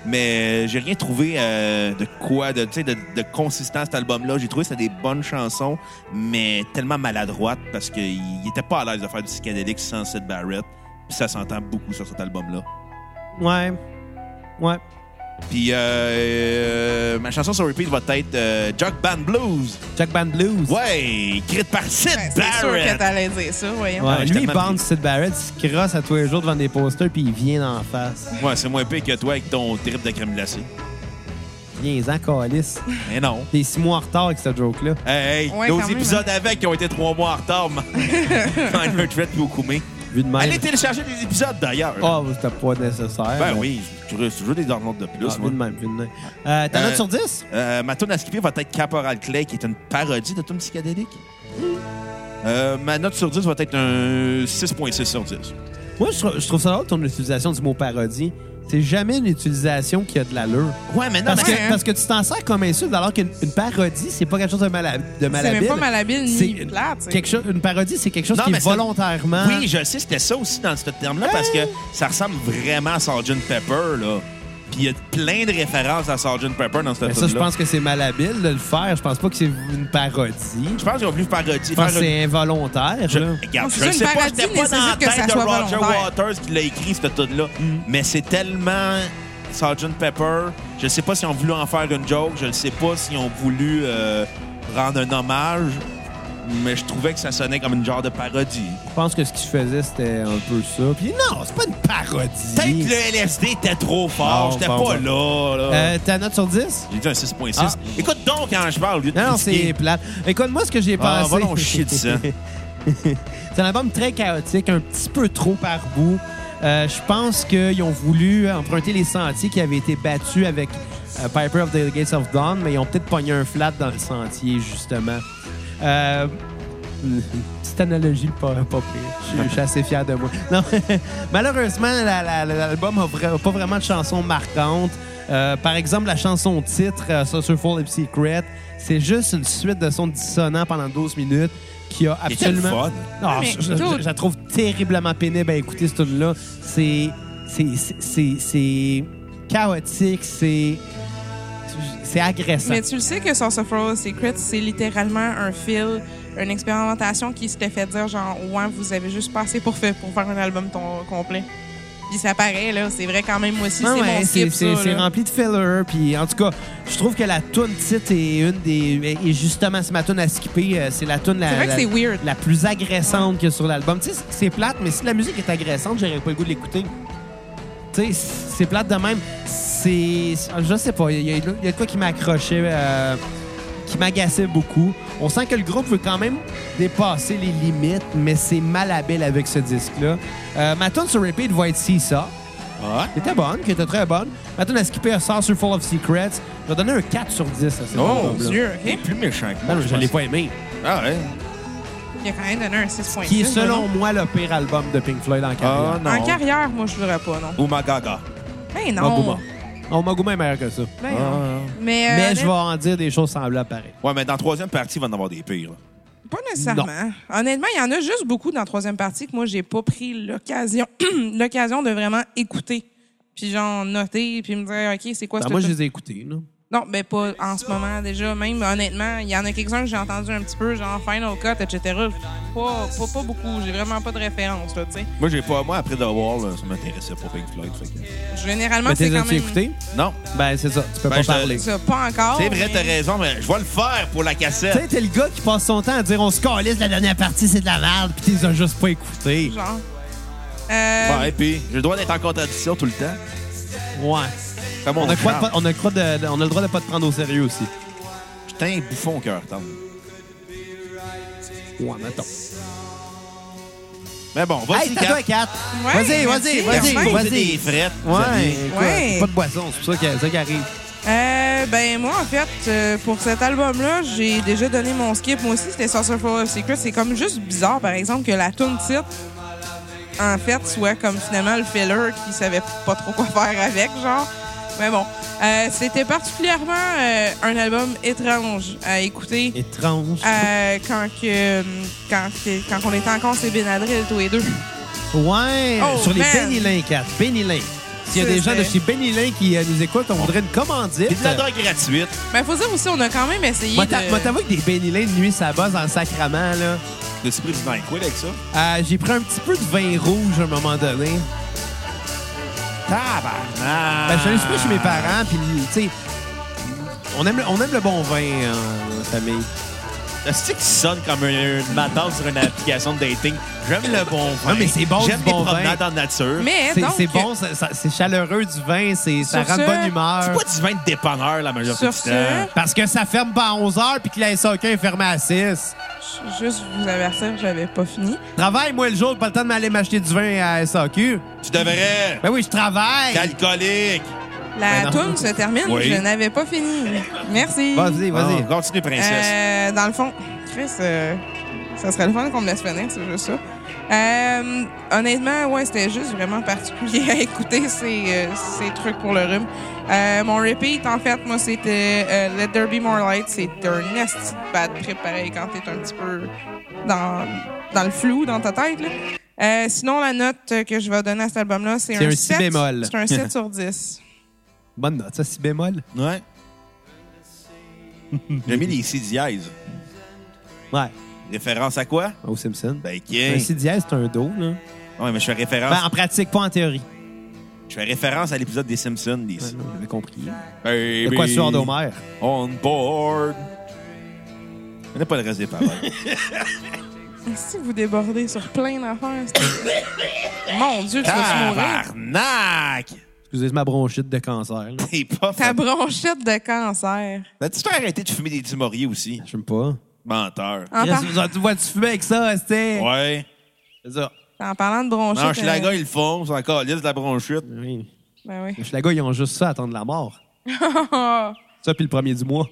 mais j'ai rien trouvé euh, de quoi, de, tu sais, de, de consistant à cet album-là. J'ai trouvé que c'était des bonnes chansons, mais tellement maladroites parce qu'il il était pas à l'aise de faire du psychédélique sans Sid Barrett. Puis ça s'entend beaucoup sur cet album-là. Ouais. Ouais. Puis euh, euh, ma chanson sur repeat va être euh, Jug Band Blues. Jack Band Blues. Ouais, écrite par Sid Ben, c'est sûr que Barrett. t'allais dire ça, voyons. Ouais, Ouais, j'ai lui, il tellement bande Sid Barrett, il se crosse à tous les jours devant des posters, puis il vient en face. Ouais, c'est moins pire que toi avec ton trip de crème glacée. Viens-en, calice. Mais non. T'es six mois en retard avec cette joke-là. Hey, hey, Ouais, nos quand même, hein. épisodes avec qui ont été trois mois en retard, man. Minor Threat et Okoumé. Vu de même. Allez télécharger les épisodes d'ailleurs. oh, c'était pas nécessaire. ben mais- oui, je je- je veux des downloads de plus. Ah, vu moi. de même, vu de même. Euh, T'as Euh, note sur 10? Euh, ma tune à skipper va être Caporal Clay, qui est une parodie de tune psychédélique. Euh, ma note sur 10 va être un 6.6 sur 10. Moi, je, trou- je trouve ça drôle, ton utilisation du mot parodie. C'est jamais une utilisation qui a de l'allure. Ouais, mais non, Parce, mais... hein? que, parce que tu t'en sers comme insulte, alors qu'une une parodie, c'est pas quelque chose de, mala- de C'est malhabile. même pas malhabile ni C'est plate. c'est- quelque chose, une parodie, c'est quelque chose Non, qui mais est c'est- volontairement. Oui, je sais, c'était ça aussi dans ce terme-là, parce que ça ressemble vraiment à Sgt. Pepper, là. Puis il y a plein de références à Sgt. Pepper dans ce mais tune-là. Ben ça, je pense que c'est malhabile de le faire. Je pense pas que c'est une parodie. Je pense qu'ils ont voulu parodie- Je pense faire que une c'est involontaire. Je, là. regarde, Non, je c'est ne ça, sais une pas, parodie j'étais pas dans la nécessite que ça Mm. tête de soit Roger volontaire. Waters qui l'a écrit, ce tout là Mais c'est tellement Sgt. Pepper, je sais pas si on voulu en faire une joke, je ne sais pas si on voulu euh, rendre un hommage, mais je trouvais que ça sonnait comme une genre de parodie. Je pense que ce qu'il faisait, c'était un peu ça. Puis non, c'est pas une parodie. Peut-être que le LSD était trop fort, Bon, j'étais bon, pas là. là. Euh, ta note sur 10? J'ai dit un 6.6. Ah. Écoute donc quand je parle, au lieu de Non, non, critiquer. c'est plate. Écoute, moi, ce que j'ai Ah, pensé... va donc chier de ça. c'est un album très chaotique, un petit peu trop par bout. Euh, je pense qu'ils ont voulu emprunter les sentiers qui avaient été battus avec euh, Piper of the Gates of Dawn, mais ils ont peut-être pogné un flat dans le sentier, justement. Euh, petite analogie pas, pas pire. Je suis- Je suis assez fier de moi. Non, malheureusement, la- la- la- l'album n'a pas vraiment de chansons marquantes. Euh, par exemple, la chanson titre, euh, Saucerful and Secret, c'est juste une suite de sons dissonants pendant 12 minutes qui a Il était le absolument. fun. Non, Mais je, je- tout- je la trouve terriblement pénible à écouter, cette tune-là. C'est. c'est- c'est- C'est c'est chaotique, c'est. C'est agressant. Mais tu le sais que Source of Royal Secret, c'est littéralement un fil, une expérimentation qui s'était fait dire genre, ouais, vous avez juste passé pour, fa- pour faire un album ton- complet. Puis ça paraît, là, c'est vrai quand même, moi aussi, Ouais, c'est ouais, mon c'est skip, c'est- ça. c'est là. rempli de filler. Puis en tout cas, je trouve que la tune titre est une des. Et justement, c'est ma tune à skipper. euh, C'est la tune la, C'est vrai que la- c'est weird. la plus agressante que sur l'album. Tu sais, c'est- c'est plate, mais si la musique est agressante, j'aurais pas le goût de l'écouter. Tu sais, c'est plate de même. C'est. Je sais pas. Il y, a- il y a de quoi qui m'accrochait. euh, qui m'agaçait beaucoup. On sent que le groupe veut quand même dépasser les limites, mais c'est mal à belle avec ce disque-là. Euh, ma tune sur repeat va être ça Ah. qui était bonne, qui était très bonne. Maintenant, on a skippé un Saucer Full of Secrets. Je vais donner un 4 sur 10 à cette Oh, album-là. Dieu, il est plus méchant que Ah moi. non, je je l'ai pense. pas aimé. Ah ouais. Il a quand même donné un 6.6. Qui est, selon moi, moi, le pire album de Pink Floyd en Ah carrière. non. non. En carrière, moi, je voudrais pas, non. Ou Magaga. Ben Maguma. non. Oh, Maguma est meilleur que ça. Ah, Ben non. ah. Mais, euh, Mais je honnêt- vais en dire des choses semblables pareil. Ouais, mais dans la troisième partie, il va en avoir des pires. là. Pas nécessairement. Honnêtement, il y en a juste beaucoup dans la troisième partie que moi, j'ai pas pris l'occasion l'occasion de vraiment écouter. Puis genre noter, puis me dire, OK, c'est quoi Ben, ce moi, je truc- les ai écoutés. là. Non, ben pas en ce moment déjà. Même honnêtement, il y en a quelques-uns que j'ai entendu un petit peu, genre Final Cut, etc. Pas, pas, pas beaucoup. J'ai vraiment pas de référence, là, tu sais. Moi, j'ai pas. Moi, après The Wall, là, ça m'intéressait pas Pink Floyd. fait que- Généralement, Mais c'est t'es quand as-tu même... écouté? Non. Ben, c'est ça. Tu peux Ben, pas je te- parler. Tu Ça, pas encore. C'est vrai, mais- t'as raison, mais je vais le faire pour la sais, cassette. t'es le gars qui passe son temps à dire on se calisse, la dernière partie, c'est de la merde, puis t'es as juste pas écouté. Genre. Euh, Ouais, puis j'ai le droit d'être en contradiction tout le temps. Ouais. Fait mon On a, le droit de charme. pas- on, a le droit de- on a le droit de pas te prendre au sérieux aussi. Putain, un bouffon au cœur, tendre. Ouais, mettons. Mais bon, vas-y, Hey, Kat. t'as toi, 4. Ouais, Vas-y, merci, vas-y, vas-y, enfin. Posez vas-y. des frettes. vous Ouais, amis. écoute, Ouais. Pas de boisson, c'est pour ça qu'il ça qui arrive. Euh, ben moi en fait euh, pour cet album là j'ai déjà donné mon skip moi aussi c'était Sorcerer's of Secret c'est comme juste bizarre par exemple que la tune titre en fait soit comme finalement le filler qui savait pas trop quoi faire avec genre mais bon Euh, c'était particulièrement euh, un album étrange à écouter Étrange. euh, quand que quand, que- quand on était encore chez Benadryl tous les deux Ouais, Oh, sur les man. Benilin 4. Benilin. S'il y a C'est des gens de vrai. chez Benilin qui euh, nous écoutent, on voudrait une Puis commandite. de la drogue gratuite. mais faut dire aussi on a quand même essayé Moi, de... t'a- moi, t'avoue que des Benilin de nuit, ça bosse dans le sacrament, là. De tu pris du Nyquil avec ça? Euh, J'ai pris un petit peu de vin rouge à un moment donné. Tabarnak! Ben, je suis allé souper chez mes parents, puis, tu sais, on aime, le- on aime le bon vin euh, dans la famille. Est-ce que tu sonnes comme un matin sur une application de dating? J'aime le bon vin. Non, mais c'est bon, J'aime du les bon promenades en nature. mais C'est- Eh, donc C'est bon, ça- ça- c'est chaleureux du vin, c'est- ça Sur rend de ce, bonne humeur. C'est pas du vin de dépanneur, la majorité Sur du ce- temps. Parce que ça ferme pas à 11 h puis que la SAQ est fermée à 6. juste vous avertir j'avais pas fini Travaille, moi, le jour, pas le temps de m'aller m'acheter du vin à SAQ. Tu devrais... Ben oui, je travaille. T'es alcoolique! La Ben non. toune se termine. Oui. Je n'avais pas fini. Merci. Vas-y, Ah, vas-y. Bon, Ah, continue, princesse. Euh, dans le fond, Chris, euh, ça serait le fun qu'on me laisse finir, c'est juste ça. Euh, honnêtement, ouais, c'était juste vraiment particulier à écouter ces, euh, ces trucs pour le rhume. Euh, mon repeat, en fait, moi, c'était euh, Let There Be More Light. C'est un esti de bad trip pareil quand t'es un petit peu dans, dans le flou dans ta tête. là. Euh, sinon, la note que je vais donner à cet album-là, c'est C'est un un, si 7. bémol. C'est un 7 sur 10. Bonne note, ça, si bémol. Ouais. J'ai mis les si dièse. Ouais. Référence à quoi? Au Simpson. Ben, Ah, Un qui? si dièse, c'est un do, là. Ouais, mais je fais référence. Ben, en pratique, pas en théorie. je Je fais référence à l'épisode des Simpsons, les J'avais compris. Baby, Le Quatuor d'Homer. On board. On n'a pas le reste des paroles. Si vous débordez sur plein d'affaires, c'est- Mon Dieu, tu vas Ah, se mourir. Tabarnak! Excusez ma bronchite de cancer. là. T'es pas Ta fait. Ben, bronchette de cancer. T'as-tu t'as arrêté de fumer des timoriers aussi? J'aime pas. Menteur. En, Ah, par- Chris, Tu vois, tu fumais avec ça, c'était. Ouais. C'est ça. en parlant de bronchite... Non, Schlager, euh, ils le font. C'est encore lisse de la bronchite. Oui. Ben oui. Oh. Les Schlager, ils ont juste ça à attendre la mort. Ça, puis le premier du mois.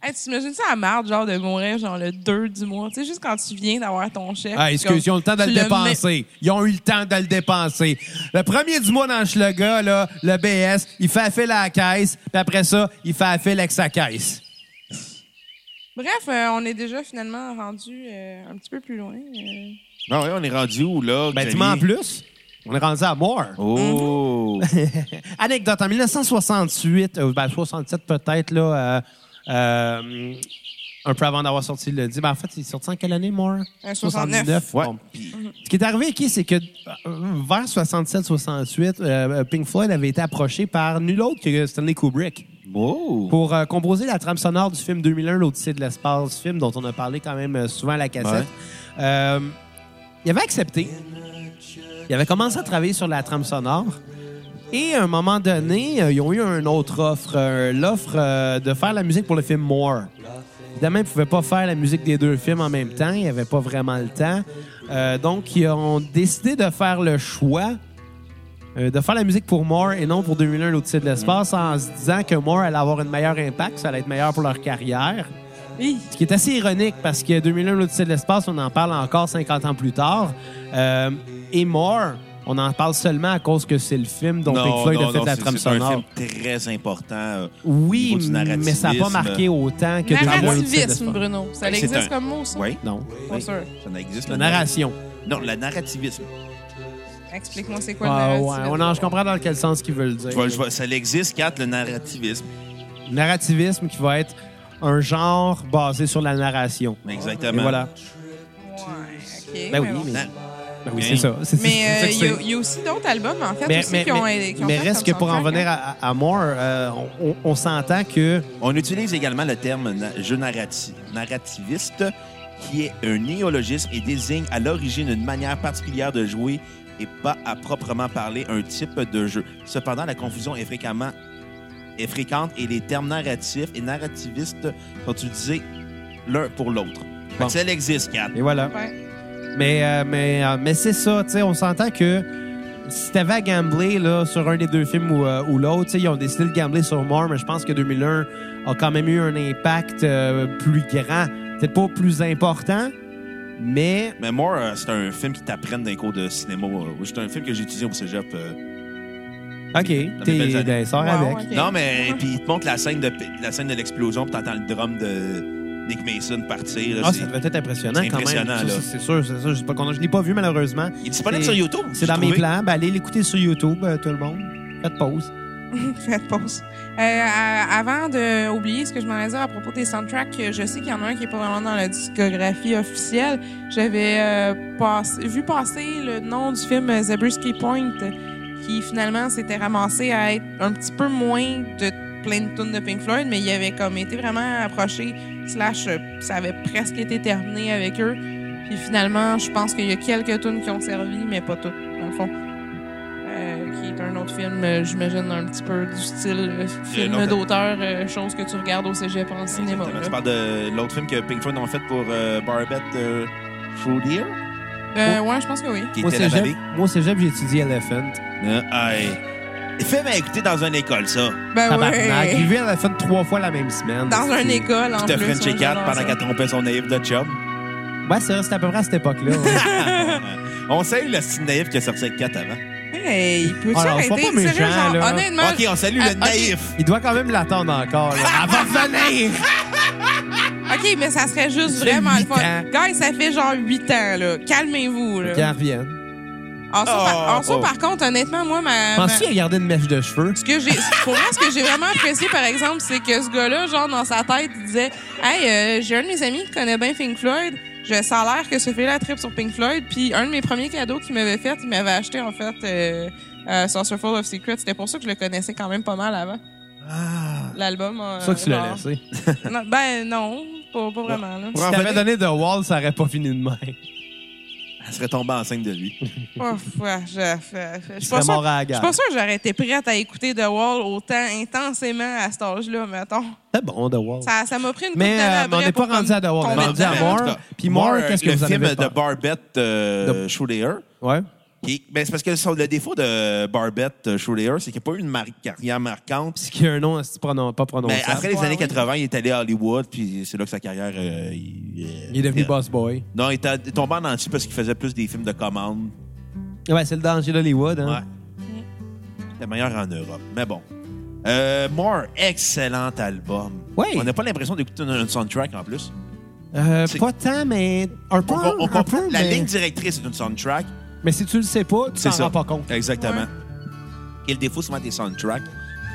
Hey, tu t'imagines ça à marde, genre, de mourir, genre, le 2 du mois? Tu sais, juste quand tu viens d'avoir ton chef. Ah, excuse, ils ont le temps de tu le mets- dépenser. Ils ont eu le temps de le dépenser. Le premier du mois dans Schlager, là, le BS, il fait affil à la caisse, puis après ça, il fait affil avec sa caisse. Bref, euh, on est déjà finalement rendu euh, un petit peu plus loin. euh. Non, ouais, on est rendu où, là? Ben, Xavier? tu m'en plus. On est rendu à mort. Oh! Anecdote, en 1968, euh, ben 67 peut-être, là, euh, euh, un peu avant d'avoir sorti le dit. Ben, en fait, il est sorti en quelle année, Moore? Euh, 69. Ouais. Bon. Ce qui est arrivé, qui, c'est que euh, vers 67-68, euh, Pink Floyd avait été approché par nul autre que Stanley Kubrick Oh! pour euh, composer la trame sonore du film 2001, l'Odyssée de l'espace, film dont on a parlé quand même euh, souvent à la cassette. Euh, il avait accepté. Il avait commencé à travailler sur la trame sonore. Et à un moment donné, euh, ils ont eu une autre offre, euh, l'offre euh, de faire la musique pour le film More. Évidemment, ils ne pouvaient pas faire la musique des deux films en même temps. Il n'y avait pas vraiment le temps. Euh, donc, ils ont décidé de faire le choix euh, de faire la musique pour Moore et non pour 2001 l'Odyssée de l'espace en se disant que Moore allait avoir un meilleur impact, ça allait être meilleur pour leur carrière. Hi. Ce qui est assez ironique parce que 2001 l'Odyssée de l'espace, on en parle encore 50 ans plus tard. Euh, et Moore, on en parle seulement à cause que c'est le film dont Pink Floyd a fait non, la c'est- trame c'est un sonore. film très important. euh, au Oui, niveau du mais ça n'a pas narrativisme. marqué autant que 2001 l'Odyssée de l'espace. Narrativisme, Bruno. Ça Ouais, c'est existe un- comme mot, ça? Oui, Non, Pas sûr. ça n'existe. la le narra- narration. Non, le narrativisme. Explique-moi c'est quoi Ah, le ouais, narrativisme. on en- je comprends dans quel sens qu'ils veulent dire. Je vais- je vais- ça l'existe, Kat, le narrativisme. Narrativisme qui va être un genre basé sur la narration. Et Exactement. voilà. Ouais, ok. Ben oui, mais bon. mais, Non. ben oui, Bien. c'est ça. C'est- c'est- c'est ça Mais euh, que il c'est. y, a aussi d'autres albums, en fait, Mais- aussi, mais- qui ont, mais- qui ont mais fait reste que comme pour en soundtrack, venir hein. à, à Moore, euh, on, on- on s'entend que On utilise également le terme na- jeu narrati- narrativiste, qui est un néologisme et désigne à l'origine une manière particulière de jouer et pas à proprement parler un type de jeu. Cependant, la confusion est fréquemment est fréquente et les termes narratifs et narrativistes sont utilisés l'un pour l'autre. Bon. Ça existe, Kat. et voilà. Ouais. Mais euh, mais euh, mais c'est ça, tu sais, on s'entend que si t'avais à gambler là, sur un des deux films ou, euh, ou l'autre, tu sais, ils ont décidé de gambler sur Moore, mais je pense que 2001 a quand même eu un impact euh, plus grand, peut-être pas plus important, mais Mais moi, euh, c'est un film qui t'apprenne d'un cours de cinéma. euh, C'est un film que j'ai étudié au cégep. euh, ok, belles t'es années. ben, sors Wow, avec. ok. Non, mais puis il te montre la scène de la scène de l'explosion, puis t'entends le drum de Nick Mason partir. là, Ah, c'est- ça devait être impressionnant c'est quand même. impressionnant, Ça, là. ça, C'est sûr, c'est sûr. Je sais pas qu'on a- je l'ai pas vu malheureusement. Il est disponible C'est- sur YouTube. C'est j'ai dans mes trouvé. plans. Ben, allez l'écouter sur YouTube, euh, tout le monde. Faites pause. Faites pause. Euh, à- avant d'oublier ce que je m'en dire à propos des soundtracks, euh, je sais qu'il y en a un qui est pas vraiment dans la discographie officielle. J'avais euh, pass- vu passer le nom du film euh, Zabriskie Point, euh, qui finalement s'était ramassé à être un petit peu moins de plein de tunes de Pink Floyd, mais il avait comme été vraiment approché, slash, euh, ça avait presque été terminé avec eux. Puis finalement, je pense qu'il y a quelques tunes qui ont servi, mais pas toutes, dans le fond. Euh, qui est un autre film, euh, j'imagine, un petit peu du style euh, film l'autre- d'auteur, euh, chose que tu regardes au cégep en cinéma. Exactement. là. Tu parles de l'autre film que Pink Floyd ont fait pour euh, Barbette euh, Through the Air, Euh, ouais, je pense que oui. qui Moi, au était la cégep, vallée. moi, au cégep, j'ai étudié Elephant. Ah Euh, aïe. Film à écouter dans une école, ça. Ben Tabarnak. J'ai ouais. vu Elephant trois fois la même semaine. Dans une C'est- école, en Tu te plus. frenchais ouais, Kat j'adore pendant ça. qu'elle trompait son naïf de chum. Ouais, c'est vrai, c'était à peu près à cette époque-là. ouais. On salue le style naïf qui a sorti avec Kat avant. Hey, peux-tu Alors, arrêter? sois Ah pas méchant, Sérieux, genre, là. honnêtement, OK, on salue Ah, le ok. naïf. Il doit quand même l'attendre encore. là. Elle va revenir! OK, mais ça serait juste J'ai vraiment le huit fun. ans. Guys, ça fait genre 8 ans, là. Calmez-vous, là. Qu'elle revienne. En soi, par, en Oh, soi, oh. par contre, honnêtement, moi, ma. ma- Penses-tu à garder une mèche de cheveux? Ce que j'ai, pour moi, ce que j'ai vraiment apprécié, par exemple, c'est que ce gars-là, genre, dans sa tête, il disait Hey, euh, j'ai un de mes amis qui connaît bien Pink Floyd. Je, ça a l'air que ce fait la trip sur Pink Floyd. Puis un de mes premiers cadeaux qu'il m'avait fait, il m'avait acheté, en fait, euh, euh, Saucerful of Secrets. C'était pour ça que je le connaissais quand même pas mal avant. L'album. euh, C'est Ah. ça que tu genre. l'as laissé. Non, ben, non, pas, pas vraiment. là. Si t'avais donné The Wall, ça aurait pas fini de même. Elle serait tombée enceinte de lui. Ouf, ouais, je, je- je- je suis serais pas sûre- mort à la je suis gare. pas sûre que j'aurais été prête à écouter The Wall autant intensément à cet âge-là, mettons. C'est bon, The Wall. Ça ça m'a pris une Mais, couple d'années euh, mais on après n'est pas pour rendu comme à The Wall. tomber On est rendu à dedans. Moore. En tout cas, Puis Moore, qu'est-ce que le vous en film avez de peur? Barbette euh, De- Schuller. Ouais. qui- ben, c'est parce que son- le défaut de Barbette euh, Schuller, c'est qu'il n'a pas eu une mar- carrière marquante. C'est qu'il y a un nom, c'est pronon- pas prononcé. Mais Ben, après les Ouais, années oui. 80, il est allé à Hollywood, puis c'est là que sa carrière. euh, il, Il est devenu boss. Boss Boy. Non, il est tombé en entier parce qu'il faisait plus des films de commande. Ouais, c'est le danger d'Hollywood. Ouais. Hein? C'était meilleur en Europe. Mais bon. Euh, More, excellent album. Oui. On n'a pas l'impression d'écouter un, un soundtrack en plus. Euh, C'est- pas tant, mais un peu. On- on- on un comprend- peu, la mais... ligne directrice est une soundtrack. mais si tu le sais pas, tu C'est t'en ça. rends pas compte. Exactement. Et le défaut souvent des soundtracks,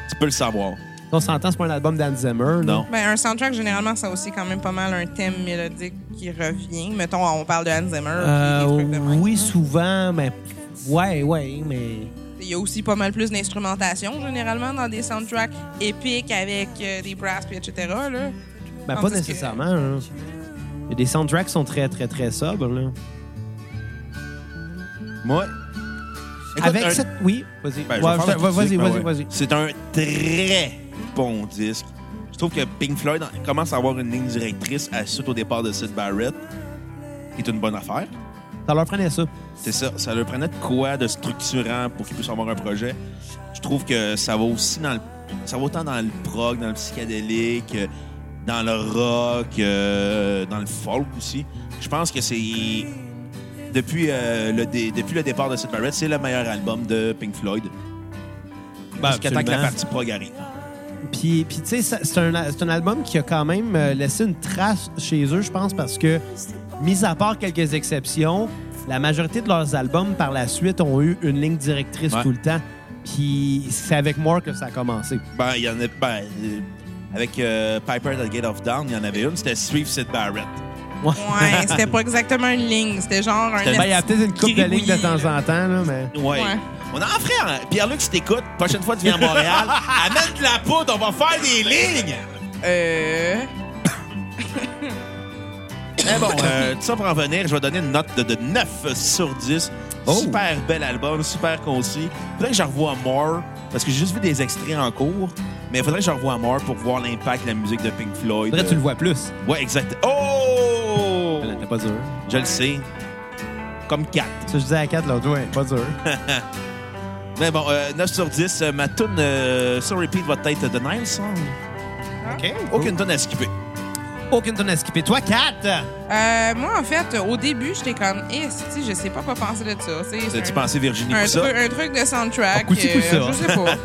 tu peux le savoir. On s'entend, c'est pas un album d'Anne Zimmer. là. Non. Ben, un soundtrack, généralement, ça a aussi quand même pas mal un thème mélodique qui revient. Mettons, on parle de Hans Zimmer. Euh, puis des trucs de même. hein. oui, souvent, mais. Ouais, ouais, mais. Il y a aussi pas mal plus d'instrumentation, généralement, dans des soundtracks épiques avec euh, des brass, puis etc. Là. Ben, Tandis pas que- nécessairement. hein. Il y a des soundtracks qui sont très, très, très sobres. Là. Moi. écoute, Avec un- cette. Oui, vas-y. ben, je vais Ouais, faire je- la vas- vas-y, critique, vas-y, mais ouais. vas-y. C'est un très bon disque. Je trouve que Pink Floyd commence à avoir une ligne directrice à suite au départ de Sid Barrett, qui est une bonne affaire. Ça leur prenait ça. C'est ça. Ça leur prenait de quoi de structurant pour qu'ils puissent avoir un projet. Je trouve que ça va aussi dans le. Ça va autant dans le prog, dans le psychédélique, euh, dans le rock, euh, dans le folk aussi. Je pense que c'est. Depuis, euh, le dé- depuis le départ de Sid Barrett, c'est le meilleur album de Pink Floyd. Jusqu'à temps que la absolument. partie prog arrive. Puis, puis, tu sais, ça- c'est un, c'est un album qui a quand même euh, laissé une trace chez eux, je pense, parce que, mis à part quelques exceptions, la majorité de leurs albums par la suite ont eu une ligne directrice Ouais. tout le temps. Puis c'est avec Moore que ça a commencé. Ben, il y en a. Ben, euh, avec euh, Piper at the Gate of Dawn, il y en avait une, c'était Suivre Sid Barrett. Ouais. Ouais, c'était pas exactement une ligne, c'était genre un. C'était- Ben, il y a peut-être une coupe de Gribouillis, lignes de temps là. en temps, là, mais. Ouais. Ouais. On a un frère. hein. Pierre-Luc, si t'écoutes, prochaine fois tu viens à Montréal, amène de la poudre, on va faire des lignes. Euh. Eh Mais bon, euh, tout ça pour en venir, je vais donner une note de, de 9 sur 10. Oh. Super bel album, super concis. Faudrait que je revoie More, parce que j'ai juste vu des extraits en cours, mais faudrait que je revoie More pour voir l'impact de la musique de Pink Floyd. Faudrait que tu le vois plus. Ouais, exact. Oh! Elle était pas dur. Je le sais. Comme 4. Ça, je disais à 4 l'autre, ouais, pas dur. Mais bon, euh, 9 sur 10, euh, ma tune euh, sur repeat va être The Nile Song. OK. Aucune tune à skipper. Aucune tonne à skipper. Toi, 4! Euh, moi, en fait, au début, j'étais comme, eh, si, je sais pas quoi penser de ça. tu sais, c'est T'as-tu un- pensé Virginie un, Coussa? truc, un truc de soundtrack. euh, Ah, coussi, coussa. je sais pas.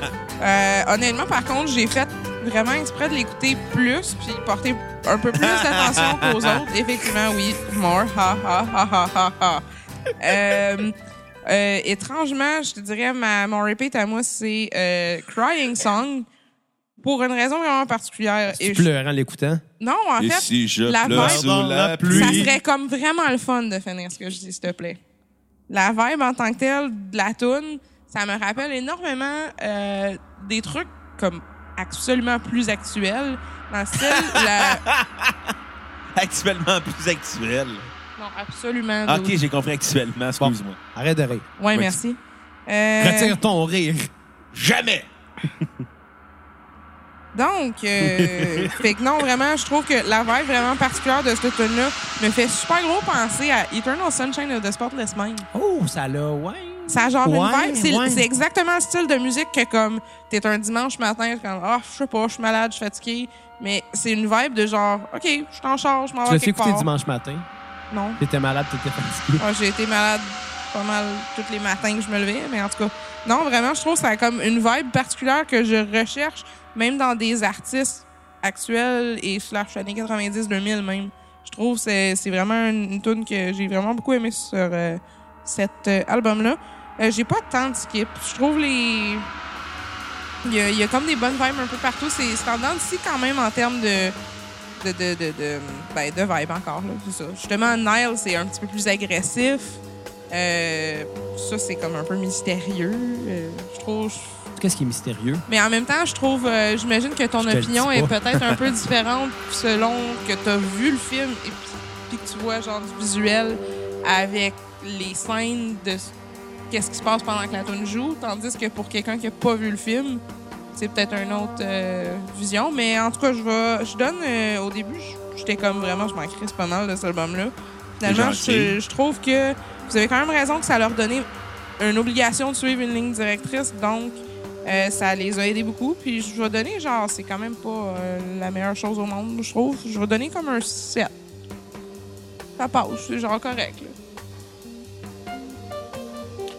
Euh, honnêtement, par contre, j'ai fait vraiment exprès de l'écouter plus puis porter un peu plus d'attention qu'aux autres. Effectivement, oui. More. Ha, ha, ha, ha, ha, ha. Euh, euh, étrangement, je te dirais, ma, mon repeat à moi, c'est euh, Crying Song pour une raison vraiment particulière. Tu je- pleures en l'écoutant. non, en fait, je la vibe- la pluie. ça serait comme vraiment le fun de finir ce que je dis, s'il te plaît. La vibe en tant que telle de la toune, ça me rappelle énormément euh, des trucs comme absolument plus actuels. Dans le style, la... Actuellement plus actuel. Non, absolument. Ah, OK, d'autres. j'ai compris actuellement, excuse-moi. Arrête de rire. Ouais, oui. merci. Euh, Retire ton rire. Jamais! Donc, euh, fait que non, vraiment, je trouve que la vibe vraiment particulière de cette tune là me fait super gros penser à Eternal Sunshine of the Spotless Mind. Oh, ça l'a, ouais. Ça a genre Ouais, une vibe. C'est ouais. c'est exactement le style de musique que comme t'es un dimanche matin, t'es comme ah je sais pas, je suis malade, je suis fatigué, mais c'est une vibe de genre ok, je t'en charge, je m'en Tu vais l'as fait quelque écouter part. dimanche matin. Non, T'étais malade, t'étais fatigué. Moi, Ah, j'ai été malade pas mal tous les matins que je me levais, mais en tout cas non vraiment je trouve que ça a comme une vibe particulière que je recherche même dans des artistes actuels et slash années 90 2000 même. Je trouve que c'est c'est vraiment une, une tune que j'ai vraiment beaucoup aimé sur euh, cet euh, album là. Euh, j'ai pas tant de skip. Je trouve les. Il y, a, il y a comme des bonnes vibes un peu partout. C'est c'est tendance ici quand même en termes de. De, de, de, de, ben, de vibe encore, là, c'est ça. Justement, Nile, c'est un petit peu plus agressif. Euh, ça, c'est comme un peu mystérieux. Euh, je trouve. Qu'est-ce qui est mystérieux? Mais en même temps, je trouve, euh, j'imagine que ton Je te le opinion dis est pas. peut-être un peu différente selon que tu as vu le film et puis, puis que tu vois genre du visuel avec les scènes de s- qu'est-ce qui se passe pendant que la tune joue, tandis que pour quelqu'un qui a pas vu le film, c'est peut-être une autre euh, vision. Mais en tout cas, je vais, je donne euh, au début, je- j'étais comme vraiment, je m'en crisse pas mal de cet album-là. Finalement, gentil. je, je trouve que vous avez quand même raison que ça leur donnait une obligation de suivre une ligne directrice, donc euh, ça les a aidés beaucoup. Puis je vais donner, genre, c'est quand même pas euh, la meilleure chose au monde, je trouve. Je vais donner comme un 7. Ça passe, c'est genre correct. là.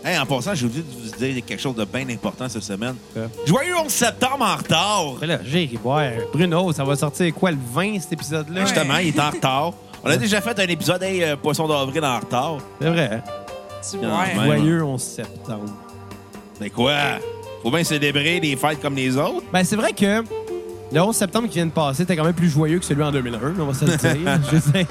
Hey, en passant, j'ai oublié de vous dire quelque chose de bien important cette semaine. Quoi? Joyeux 11 septembre en retard! Après là, j'ai ri boire. Bruno, ça va sortir quoi le 20 cet épisode-là? Ouais. Justement, il est en retard. On a déjà fait un épisode, hey, euh, Poisson d'avril en retard. C'est vrai. hein? Tu Quand vois. même. Joyeux 11 septembre. Mais quoi? Faut bien célébrer des fêtes comme les autres. Ben, c'est vrai que le 11 septembre qui vient de passer était quand même plus joyeux que celui en 2001, on va se le dire. Je sais.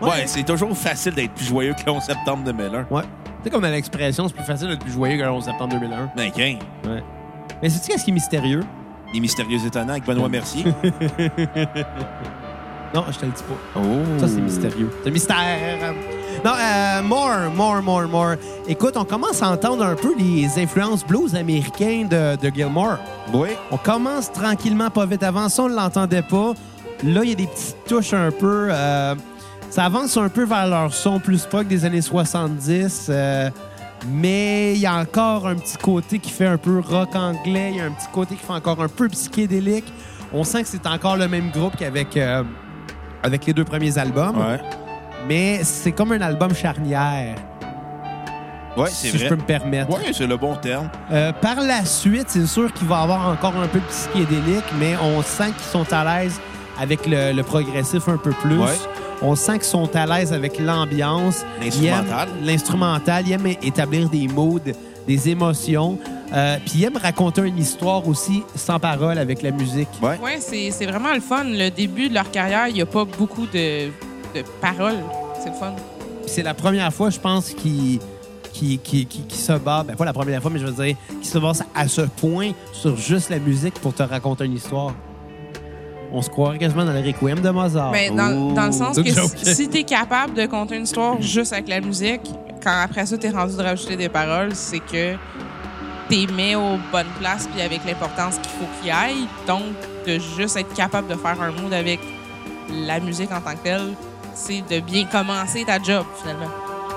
Ouais, c'est toujours facile d'être plus joyeux que le 11 septembre 2001. Ouais. Tu sais, comme dans l'expression, c'est plus facile d'être plus joyeux que le 11 septembre 2001. Ben, qu'un, Ouais. Mais sais-tu qu'est-ce qui est mystérieux? les mystérieux étonnants avec Benoît Mercier. Non, je te le dis pas. Oh. Ça, c'est mystérieux. C'est un mystère. Non, euh, more, more, more, more. Écoute, on commence à entendre un peu les influences blues américaines de, de Gilmore. Oui. On commence tranquillement, pas vite. Avant ça, on ne l'entendait pas. Là, il y a des petites touches un peu. euh, ça avance un peu vers leur son plus punk des années 70. euh, mais il y a encore un petit côté qui fait un peu rock anglais. Il y a un petit côté qui fait encore un peu psychédélique. On sent que c'est encore le même groupe qu'avec euh, avec les deux premiers albums. Ouais. Mais c'est comme un album charnière, Ouais, si c'est je vrai. peux me permettre. Ouais, c'est le bon terme. Euh, par la suite, c'est sûr qu'il va y avoir encore un peu de psychédélique, mais on sent qu'ils sont à l'aise avec le, le progressif un peu plus. Ouais. On sent qu'ils sont à l'aise avec l'ambiance. L'instrumental. Ils aiment L'instrumental. Ils aiment établir des moods, des émotions. Euh, Puis ils aiment raconter une histoire aussi sans parole avec la musique. Ouais. Ouais, c'est c'est vraiment le fun. Le début de leur carrière, il n'y a pas beaucoup de, de paroles. C'est le fun. Puis c'est la première fois, je pense, qu'ils qu'ils- qu'ils- qu'ils- qu'ils se battent. Ben, pas la première fois, mais je veux dire, qu'ils se battent à ce point sur juste la musique pour te raconter une histoire. On se croirait quasiment dans le Requiem de Mozart. Mais Ben, dans, dans le sens Oh. que Joke. si, tu es capable de conter une histoire juste avec la musique, quand après ça, tu es rendu de rajouter des paroles, c'est que tu mets aux bonnes places puis avec l'importance qu'il faut qu'il aille. Donc, de juste être capable de faire un mood avec la musique en tant que telle, c'est de bien commencer ta job, finalement.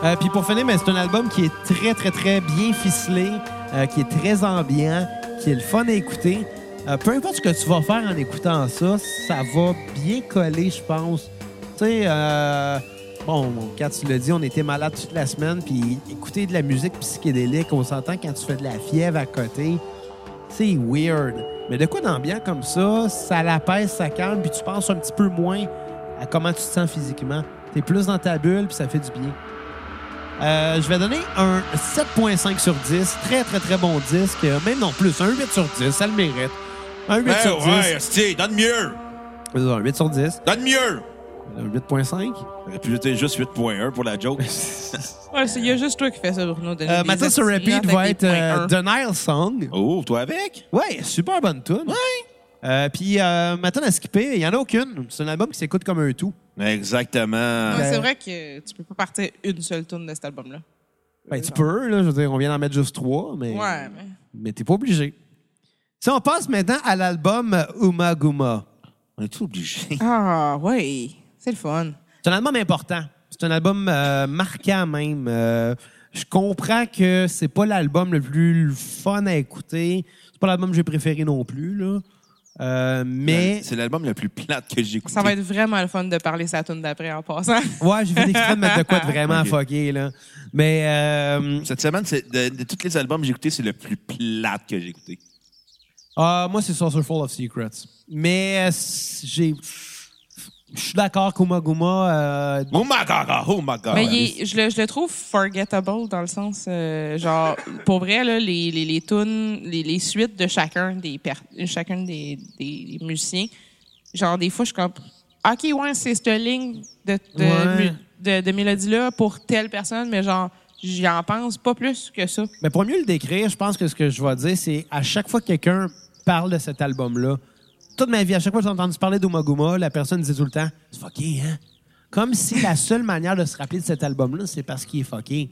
Euh, puis pour finir, ben, c'est un album qui est très, très, très bien ficelé, euh, qui est très ambiant, qui est le fun à écouter. Euh, peu importe ce que tu vas faire en écoutant ça, ça va bien coller, je pense. Tu sais, euh, bon, quand tu l'as dit, on était malade toute la semaine, puis écouter de la musique psychédélique, on s'entend quand tu fais de la fièvre à côté, c'est weird. Mais de quoi d'ambiant comme ça, ça l'apaise, ça calme, puis tu penses un petit peu moins à comment tu te sens physiquement. T'es plus dans ta bulle, puis ça fait du bien. Euh, je vais donner un 7.5 sur 10. Très, très, très bon disque. Euh, Même non plus, un 8 sur 10. Ça le mérite. Un 8 Ben sur 10. ouais, hostie, donne mieux! Euh, Un 8 sur 10. Donne mieux! Un 8.5. J'aurais pu jeter juste 8.1 pour la joke. Ouais, il y a juste toi qui fais ça, Bruno. de Euh, des ma tune sur petites notes avec repeat va des être points euh, un. The Nile Song. Oh, toi avec? Ouais, super bonne tune. Ouais. Puis euh, ma tune à skipper, il n'y en a aucune. C'est un album qui s'écoute comme un tout. Exactement. Ouais, Ben- Ah, c'est vrai que tu peux pas partir une seule tune de cet album-là. Ben, tu peux, là. Je veux dire, on vient d'en mettre juste trois, mais, Ouais, mais. mais t'es pas obligé. Si on passe maintenant à l'album euh, Uma Guma. On est tout obligé. Ah, ouais. C'est le fun. C'est un album important. C'est un album euh, marquant même. Euh, je comprends que c'est pas l'album le plus fun à écouter. C'est pas l'album que j'ai préféré non plus, là. Euh, mais C'est l'album le plus plate que j'ai écouté. Ça va être vraiment le fun de parler sa tune d'après en passant. ouais, j'ai fait exprès de mettre de quoi de vraiment Ok. fucké, là. Mais euh, Cette semaine, c'est- de, de tous les albums que j'ai écoutés, c'est le plus plate que j'ai écouté. ah, moi c'est Saucer Full of Secrets. Mais euh, j'ai Je suis d'accord qu'Uma Guma, euh, Oh my God, oh my God. Mais il est- je, le, je le trouve forgettable dans le sens, euh, genre, pour vrai, là, les, les, les tunes, les, les suites de chacun des, per- chacun des, des musiciens, genre, des fois, je suis comme, OK, ouais, c'est cette ligne de, de, Ouais. mu- de, de mélodie-là pour telle personne, mais genre, j'en pense pas plus que ça. Mais pour mieux le décrire, je pense que ce que je vais dire, c'est à chaque fois que quelqu'un parle de cet album-là, toute ma vie, à chaque fois que j'ai entendu parler d'Omaguma, la personne disait tout le temps C'est fucké, hein Comme si la seule manière de se rappeler de cet album-là, c'est parce qu'il est fucké.